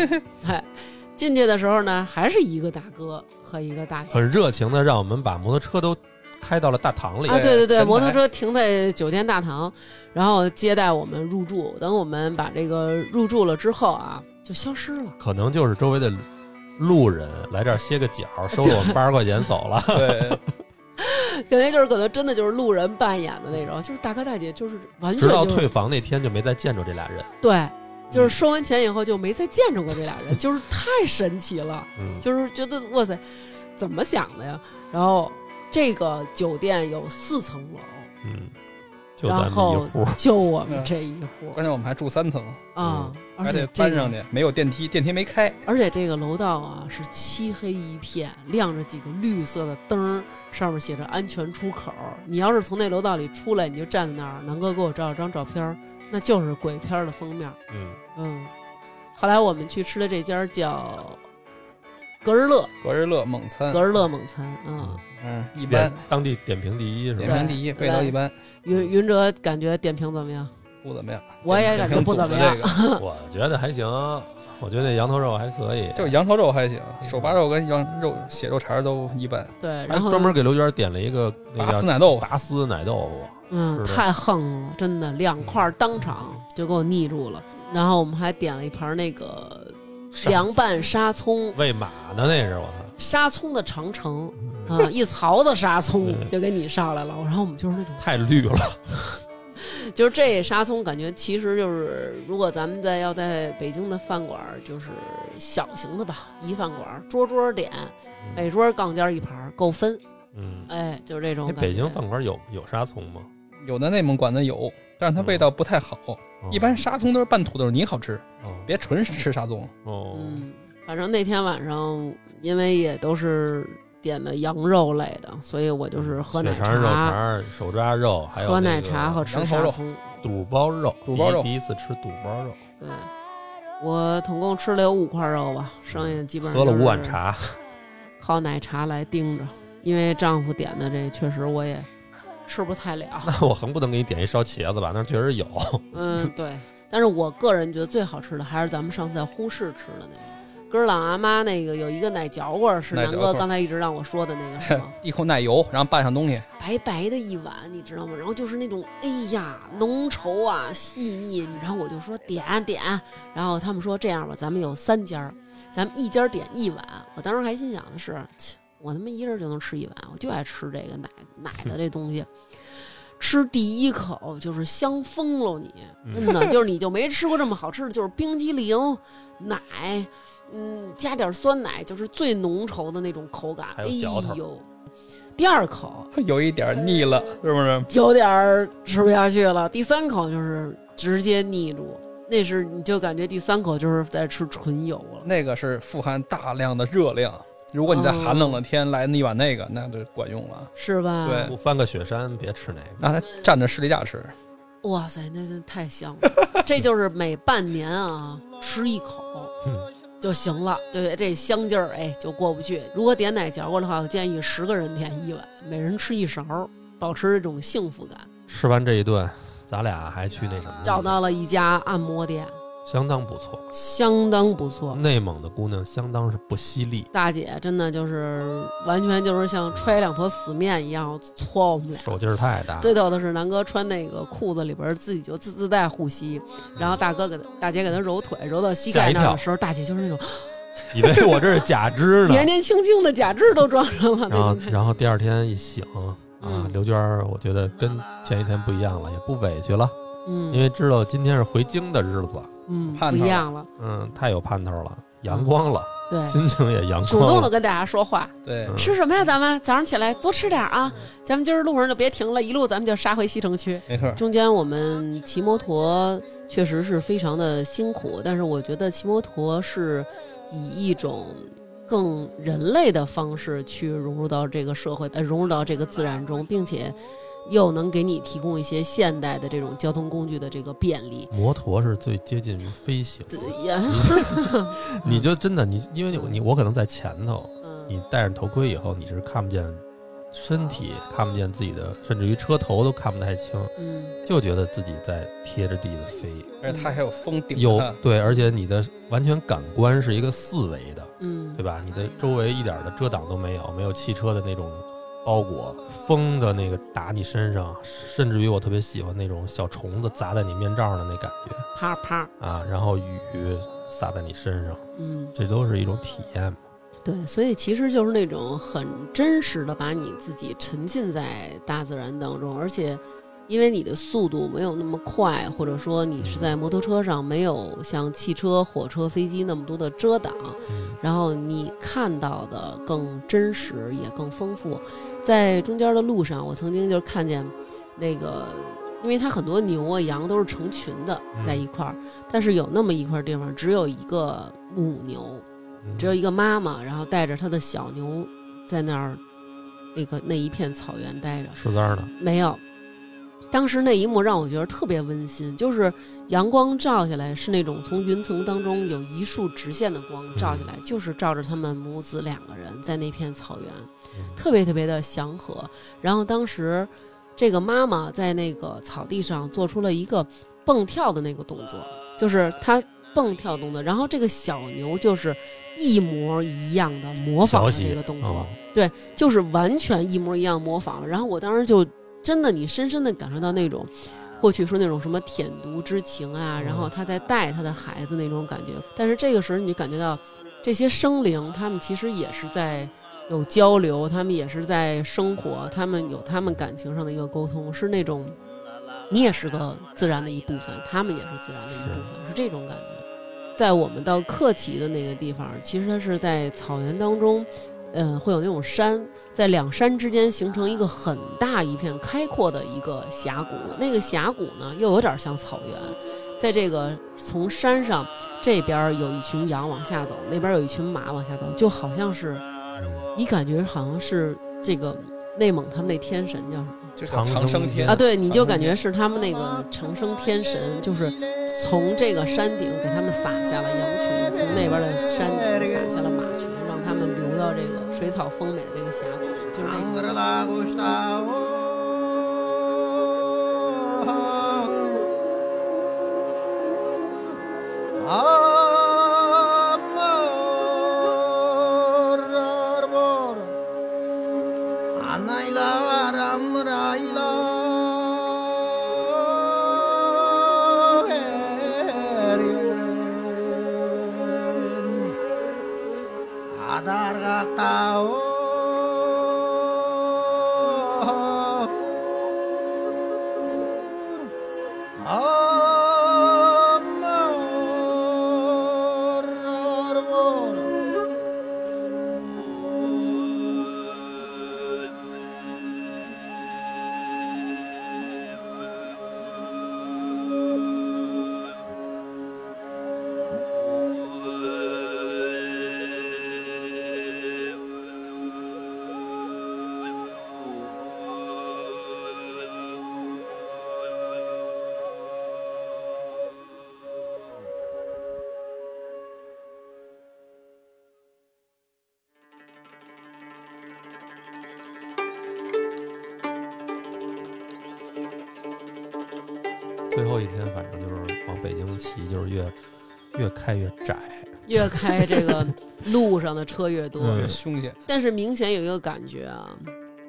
哎，进去的时候呢，还是一个大哥和一个大姐。很热情的让我们把摩托车都开到了大堂里啊，，对对对，前摩托台车停在酒店大堂，然后接待我们入住。等我们把这个入住了之后啊，就消失 了。可能就是周围的路人来这儿歇个脚，收了我们八十块钱 走了。对，感觉就是可能真的就是路人扮演的那种，就是大哥大姐，就是完全直到就是退房那天就没再见着这俩人。对，就是嗯收完钱以后就没再见着过这俩人，就是 太神奇了。嗯，就是觉得哇塞，怎么想的呀？然后这个酒店有四层楼，嗯，就咱然们一后户，就我们这一户关键我们还住三层，啊，而嗯还且得这搬上个去，没有电梯，电梯没开。而且这个楼道啊是漆黑一片，亮着几个绿色的灯儿，上面写着安全出口。你要是从那楼道里出来，你就站在那儿，南哥给我照了张照片儿，那就是鬼片儿的封面。嗯，嗯，后来我们去吃的这家叫格日乐，格日乐猛嗯餐格，日乐猛餐啊。嗯嗯，一般点，当地点评第一是点吧？评第一，味道一般，嗯云云哲感觉点评怎么样？不怎么样。我也感觉不怎么样点评组的我觉得还行，我觉得那羊头肉还可以。这个，就羊头肉还行，手扒肉跟羊肉血肉肠都一般。对，还然后哎专门给刘娟点了一个那拔个丝奶豆，拔丝奶豆腐，嗯，是的太横了，真的两块儿当场就给我腻住了。然后我们还点了一盘那个凉拌沙葱，喂马的那是我操沙葱的长城嗯，啊、一槽子沙葱对就给你上来了。然后我们就是那种太绿了，就是这沙葱，感觉其实就是，如果咱们在要在北京的饭馆儿，就是小型的吧，一饭馆儿桌桌点，每桌杠尖儿一盘儿，够分。嗯，哎，就是这种那感觉。北京饭馆有有沙葱吗？有的内蒙馆子有，但是它味道不太好。嗯哦一般沙葱都是拌土豆泥好吃，哦别纯吃沙葱。哦，嗯，反正那天晚上，因为也都是点的羊肉类的，所以我就是喝奶嗯血肠、肉茶、肠、手抓肉，还有喝那奶个茶和吃羊头沙肉葱。肚包肉，肚包肉第一第一次吃肚包肉，对，我总共吃了有五块肉吧，剩下基本上嗯喝了就是五碗茶，靠奶茶来盯着，因为丈夫点的这确实我也吃不太了。那我横不能给你点一烧茄子吧？那确 实有，嗯，对。但是我个人觉得最好吃的还是咱们上次在呼市吃的那个根儿朗阿妈那个有一个奶嚼棍儿，是奶南嚼哥棍儿刚才一直让我说的那 个是吗？一口奶油，然后拌上东西， 白白的一碗，你知道吗？然后就是那种，哎呀，浓稠啊，细腻。然后我就说点点，然后他们说这样吧，咱们有三家儿，咱们一家儿点一碗。我当时还心想的是，切我他妈一人就能吃一碗，我就爱吃这个奶奶的这东西。吃第一口就是香疯了你，嗯真的就是你就没吃过这么好吃的，就是冰激凌、奶，嗯，加点酸奶，就是最浓稠的那种口感。还哎有嚼头呦，第二口有一点腻了，是不是？有点儿吃不下去了。第三口就是直接腻住，那是你就感觉第三口就是在吃纯油了。那个是富含大量的热量，如果你在寒哦冷的天来一碗那个，那就管用了。是吧？对不翻个雪山别吃那个。拿它蘸着士力架吃，哇塞，那那太香了！ 这就是每半年啊吃一口嗯就行了，对这香劲儿哎就过不去。如果点奶嚼过的话，我建议十个人点一碗，每人吃一勺，保持这种幸福感。吃完这一顿，咱俩还去那什么，找到了一家按摩店，相当不错。相当不错。内蒙的姑娘相当是不犀利，大姐真的就是完全就是像揣两坨死面一样搓我们俩。手劲儿太大。最逗的是，南哥穿那个裤子里边自己就自自带护膝，然后大哥给他大姐给他揉腿，揉到膝盖那儿的时候，大姐就是那种以为我这是假肢 呢。年年轻轻的假肢都装上了那然后种感，觉。然后第二天一醒啊，嗯刘娟儿，我觉得跟前一天不一样了，也不委屈了，因嗯为知道今天是回京的日子，嗯，盼不头一样了，嗯，太有盼头了，阳光了，嗯对，心情也阳主动光的了。跟大家说话，对嗯吃什么呀？咱们早上起来多吃点啊，咱们今儿路上就别停了，一路咱们就杀回西城区。没错。中间我们骑摩托确实是非常的辛苦，但是我觉得骑摩托是以一种更人类的方式去融入到这个社会，呃，融入到这个自然中，并且又能给你提供一些现代的这种交通工具的这个便利。摩托是最接近于飞行，对呀，你就真的你，因为你我可能在前头，嗯，你戴上头盔以后，你是看不见身体，看不见自己的，甚至于车头都看不太清，嗯，就觉得自己在贴着地的飞。而且它还有风顶着有它，对，而且你的完全感官是一个四维的，嗯对，吧？你的周围一点儿的遮挡都没有，没有汽车的那种包裹，风的那个打你身上，甚至于我特别喜欢那种小虫子砸在你面罩上的那感觉啪啪，啊，然后雨洒在你身上，嗯。这都是一种体验嘛。对，所以其实就是那种很真实的把你自己沉浸在大自然当中，而且因为你的速度没有那么快，或者说你是在摩托车上没有像汽车、火车、飞机那么多的遮挡，嗯然后你看到的更真实也更丰富。在中间的路上，我曾经就看见那个，因为它很多牛啊、羊都是成群的嗯在一块儿，但是有那么一块地方只有一个母牛。嗯只有一个妈妈，然后带着她的小牛在那儿，那个那一片草原待着，吃干的，没有。当时那一幕让我觉得特别温馨，就是阳光照下来是那种从云层当中有一束直线的光照下来，就是照着他们母子两个人在那片草原。嗯特别特别的祥和。然后当时这个妈妈在那个草地上做出了一个蹦跳的那个动作，就是她蹦跳动作，然后这个小牛就是一模一样的模仿小了喜这个动作哦，就是完全一模一样模仿了。然后我当时就真的，你深深的感受到那种。过去说那种什么舔犊之情嗯啊，然后他在带他的孩子那种感觉，但是这个时候你就感觉到，这些生灵他们其实也是在有交流，他们也是在生活，他们有他们感情上的一个沟通，是那种你也是个自然的一部分，他们也是自然的一部分，是这种感觉。在我们到克奇的那个地方，其实它是在草原当中，嗯、会有那种山，在两山之间形成一个很大一片开阔的一个峡谷。那个峡谷呢，又有点像草原，在这个从山上这边有一群羊往下走，那边有一群马往下走，就好像是你感觉好像是这个内蒙他们那天神叫什么？就叫长呃长生生天啊，对，你就感觉是他们那个长生天神，就是从这个山顶给他们撒下了羊群，从那边的山顶撒下了马群，让他们流到这个水草丰美的这个峡谷，就是那啊种 Andra lago está Amor, arbor, anayla, ramrayla, erin. Adarga tao Amor, arbor, 对最后一天反正就是往北京骑，就是越越开越窄， 越开这个路上的车越多。嗯凶险，但是明显有一个感觉啊，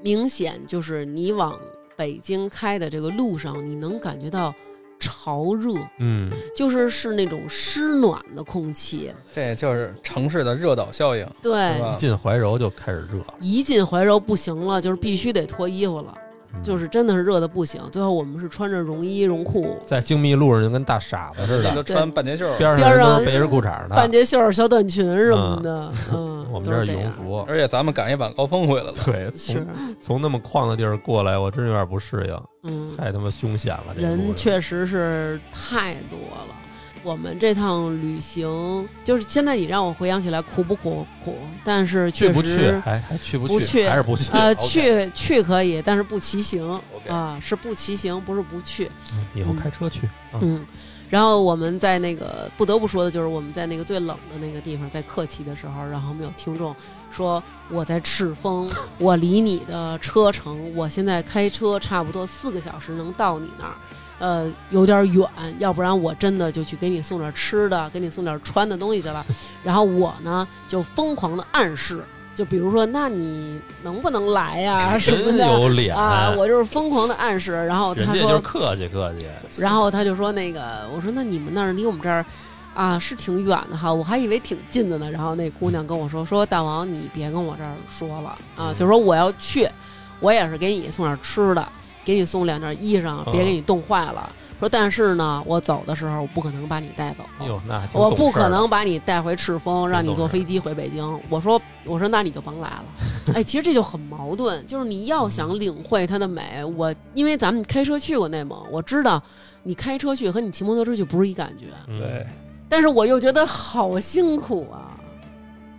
明显就是你往北京开的这个路上，你能感觉到潮热，嗯，就是是那种湿暖的空气，这就是城市的热岛效应，对是。吧？进怀柔就开始热了，一进怀柔不行了，就是必须得脱衣服了。嗯就是真的是热的不行。最后我们是穿着绒衣绒裤、在精密路上就跟大傻子似人 的，都穿半截袖儿，边上人都是背着裤衩半的，截袖儿、小短裙什么的，嗯，啊 我们都这儿是这羽绒样。服。而且咱们赶一晚高峰回来了，对，是从，从那么旷的地儿过来，我真有点不适应，嗯，太他妈凶险了。这人路上确实是太多了。我们这趟旅行，就是现在你让我回想起来苦不苦苦，但是去确不去？实还还去不不去还是不去？呃 OK 去去可以，但是不骑行 OK 啊，是不骑行，不是不去。嗯以后开车去。啊嗯，然后我们在那个不得不说的就是我们在那个最冷的那个地方，在客骑的时候，然后我们有听众说我在赤峰，我离你的车程，我现在开车差不多四个小时能到你那儿。呃，有点远，要不然我真的就去给你送点吃的，给你送点穿的东西去 了。然后我呢就疯狂的暗示，就比如说，那你能不能来呀、啊什么真的有脸啊，我就是疯狂的暗示。然后人他家说就是客气客气，然后他就说那个，我说那你们那儿离我们这儿啊是挺远的哈，我还以为挺近的呢。然后那姑娘跟我说说大王你别跟我这儿说了啊，嗯就说我要去，我也是给你送点吃的，给你送两件衣裳，别给你冻坏了。说但是呢，我走的时候我不可能把你带走。哟，哎那还挺我懂不事儿可的能把你带回赤峰，让你懂坐事飞机回北京。我说，我说那你就甭来了。哎，其实这就很矛盾，就是你要想领会它的美，我因为咱们开车去过内蒙，我知道你开车去和你骑摩托车去不是一感觉，嗯对，但是我又觉得好辛苦啊，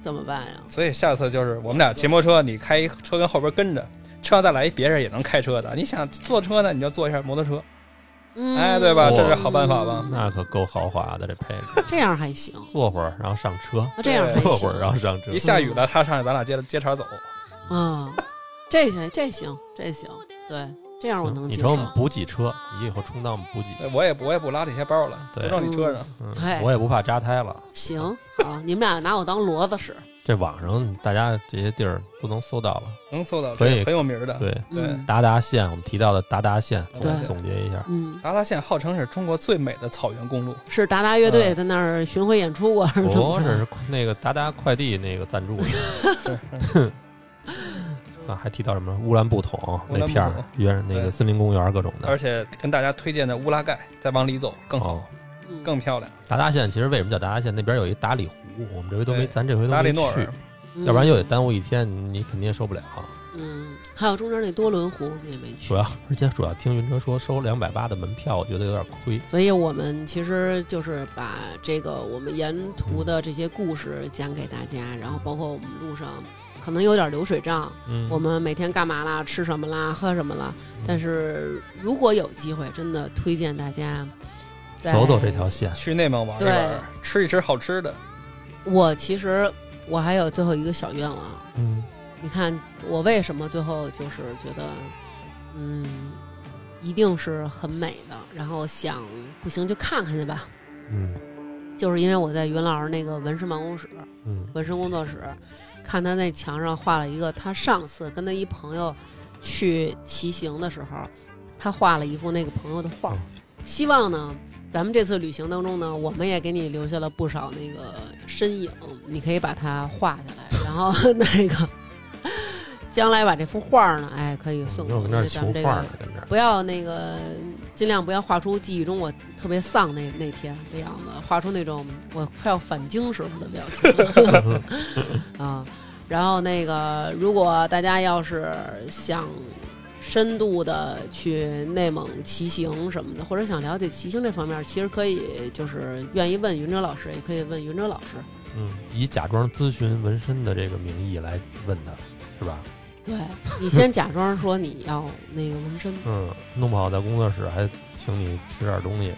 怎么办呀？所以下次就是我们俩骑摩托车，你开一车跟后边跟着，车上再来一别人也能开车的。你想坐车呢，你就坐一下摩托车，嗯，哎对吧这是好办法吧那可够豪华的这配置。 这样还行，坐会儿，然后上车；那这样还对坐哎行会儿，然啊后上车一。下雨了，他上来，咱俩接着接茬走。啊，这行这行这行，对，这样我能你接成受嗯我。们补给车，你以后充当我们补给。哎我也不我也不拉这些包了，对都到你车上。嗯对我也不怕扎胎了。行，好，你们俩拿我当骡子使，这网上大家这些地儿都能搜到了。能搜到，可以这很有名儿的。对，对嗯达达县我们提到的达达县，对总结一下，嗯。达达县号称是中国最美的草原公路，是达达乐嗯队在那儿巡回演出过，还是哦怎么不着？是那个达达快递那个赞助的， 啊，还提到什么乌兰布统乌兰布统那片儿，原那个对森林公园各种的而。且跟大家推荐的乌拉盖，再往里走更好，哦，嗯更漂亮。达达县其实为什么叫达达县？那边有一达里湖，我们这回都没，对咱这回都达没里诺去尔，，嗯要不然又得耽误一天，你你肯定也受不了。啊嗯，还有中间那多伦湖我们也没去主，要而且主要听云车说收两百八的门票，我觉得有点亏。所以我们其实就是把这个我们沿途的这些故事讲给大家，然后包括我们路上可能有点流水账，嗯，我们每天干嘛啦，吃什么啦，喝什么啦。但是如果有机会，真的推荐大家在走走这条。线，去内蒙玩一玩，吃一吃好吃的。我其实我还有最后一个小愿望，嗯，你看我为什么最后就是觉得，嗯，一定是很美的，然后想不行就看看去吧，嗯就是因为我在云老师那个纹身办公室，嗯纹身工作室，看他那墙上画了一个他上次跟他一朋友去骑行的时候，他画了一幅那个朋友的画儿嗯。希望呢，咱们这次旅行当中呢，我们也给你留下了不少那个身影，你可以把它画下来，然后 那个将来把这幅画儿呢，哎，可以送嗯，给又我因跟那儿为求咱们这画个呢，跟这儿。不要那个，尽量不要画出记忆中我特别丧那那天的样子，画出那种我快要反经时候的表情啊。然后那个，如果大家要是想深度的去内蒙骑行什么的，或者想了解骑行这方面，其实可以就是愿意问云哲老师，也可以问云哲老师。嗯，以假装咨询纹身的这个名义来问他，是吧？对你先假装说你要那个纹身，嗯，弄不好在工作室还请你吃点东西。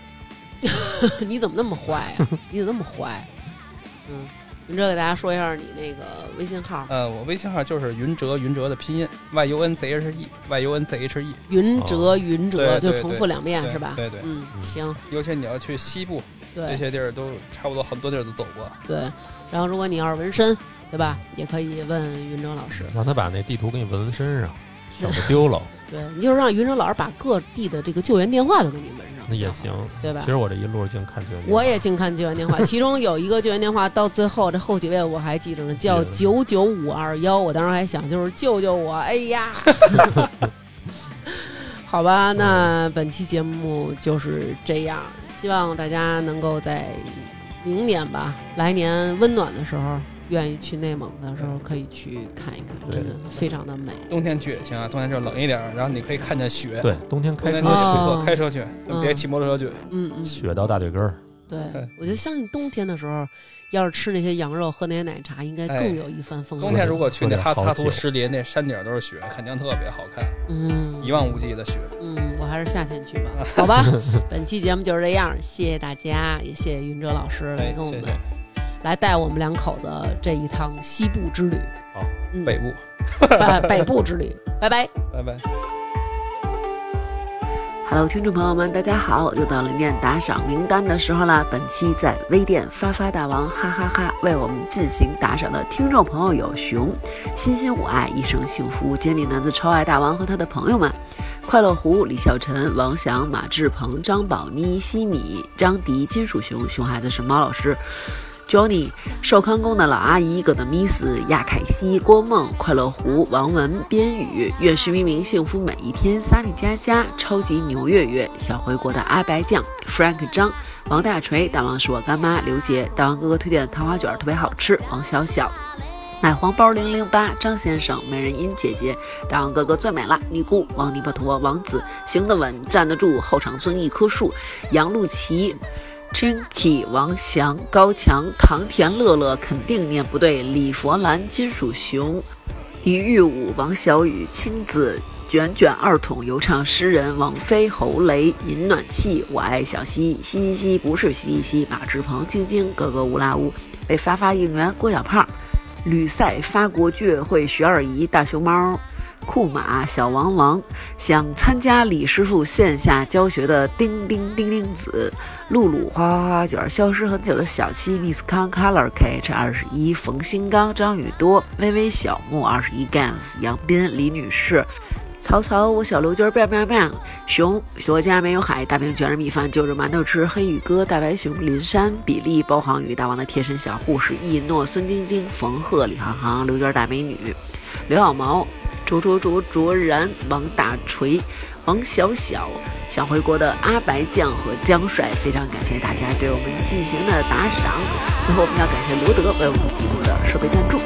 你怎么那么坏呀、你怎么那么坏？啊嗯，你这给大家说一下你那个微信号，呃，我微信号就是云哲，云哲的拼音 y u n z h e y u n z h e。云哦哲云哲，对对就重复两遍对是吧？对对嗯，嗯行，尤其你要去西部这对些地儿，都差不多很多地儿都走过。对。然后如果你要是纹身，对吧？也可以问云哲老师。让他把那地图给你纹身 上，省得丢了，对，你就是让云哲老师把各地的这个救援电话都给你纹上，那也行，对吧其？实我这一路净看这个，我也净看救援电 话，其中有一个救援电话到最后这后几位我还记着呢，叫记得九九五二幺。我当时还想就是救救我，哎 呀，好吧，那本期节目就是这样，希望大家能够在明年吧，来年温暖的时候，愿意去内蒙的时候可以去看一看，对真的非常的美。冬天去也行啊，冬天就冷一点儿，然后你可以看见雪。对冬天冬开天车去不哦去，错，开车去，嗯别骑摩托车去。嗯嗯，雪到大腿根儿，对对，我就相信冬天的时候，要是吃那些羊肉，喝那些奶茶，应该哎更有一番风味。冬天如果去那哈喝萨点好酒图石林，那山顶都是雪，肯定特别好看，嗯，一望无际的雪。嗯，我还是夏天去吧，啊好 吧。本期节目就是这样，谢谢大家，也谢谢云哲老师来哎，跟我谢们、谢。来带我们两口子这一趟西部之旅，好，嗯，北部， 北北部之旅，拜拜。拜拜。 Hello，听众朋友们，大家好！又到了念打赏名单的时候啦。本期在微店发发大王哈哈哈为我们进行打赏的听众朋友有熊、欣欣我爱、一生幸福、煎饼男子超爱大王和他的朋友们、快乐狐、李笑晨、王翔、马志鹏、张宝妮、西米、张迪、金属熊、熊孩子是猫老师。Johnny、寿康宫的老阿姨、葛德米斯、亚凯西、郭梦、快乐狐、王文、边宇、月是明明、幸福每一天、萨米佳佳、超级牛月月、小回国的阿白酱、Frank 张、王大锤、大王是我干妈、刘杰、大王哥哥推荐的糖花卷儿特别好吃，王小小。奶黄包零零八，张先生，美人音姐姐，大王哥哥最美啦，尼姑，王尼巴陀，王子，行得稳，站得住，后场村一棵树，杨露琪。Trinky、王翔、高强、唐田、乐乐肯定念不对，李佛兰、金属熊、李玉武、王小雨、青子、卷卷二筒游唱诗人王菲、侯雷、尹暖气、我爱小西、西西西不是西西西、马志鹏、晶晶、格格乌拉乌、被发发应援郭小胖、吕赛、发国居委会徐二姨、大熊猫、库马、小王王、想参加李师傅线下教学的丁丁丁丁子、露露、花花花卷、消失很久的小七、Miss 康、Color KH 二十一、冯新刚、张宇多、微微小木二十一 Gans、杨斌、李女士。曹操，我小刘军儿，bang bang bang！熊，我家没有海，大饼卷着米饭就着馒头吃。黑羽哥、大白熊、林山、比利、包航宇、大王的贴身小护士、一诺、孙晶晶、冯鹤、李航航、刘娟儿大美女、刘小毛、卓卓卓卓然、王大锤、王小小、小回国的阿白酱和江帅，非常感谢大家对我们进行的打赏。最后，我们要感谢罗德为我们提供的设备赞助。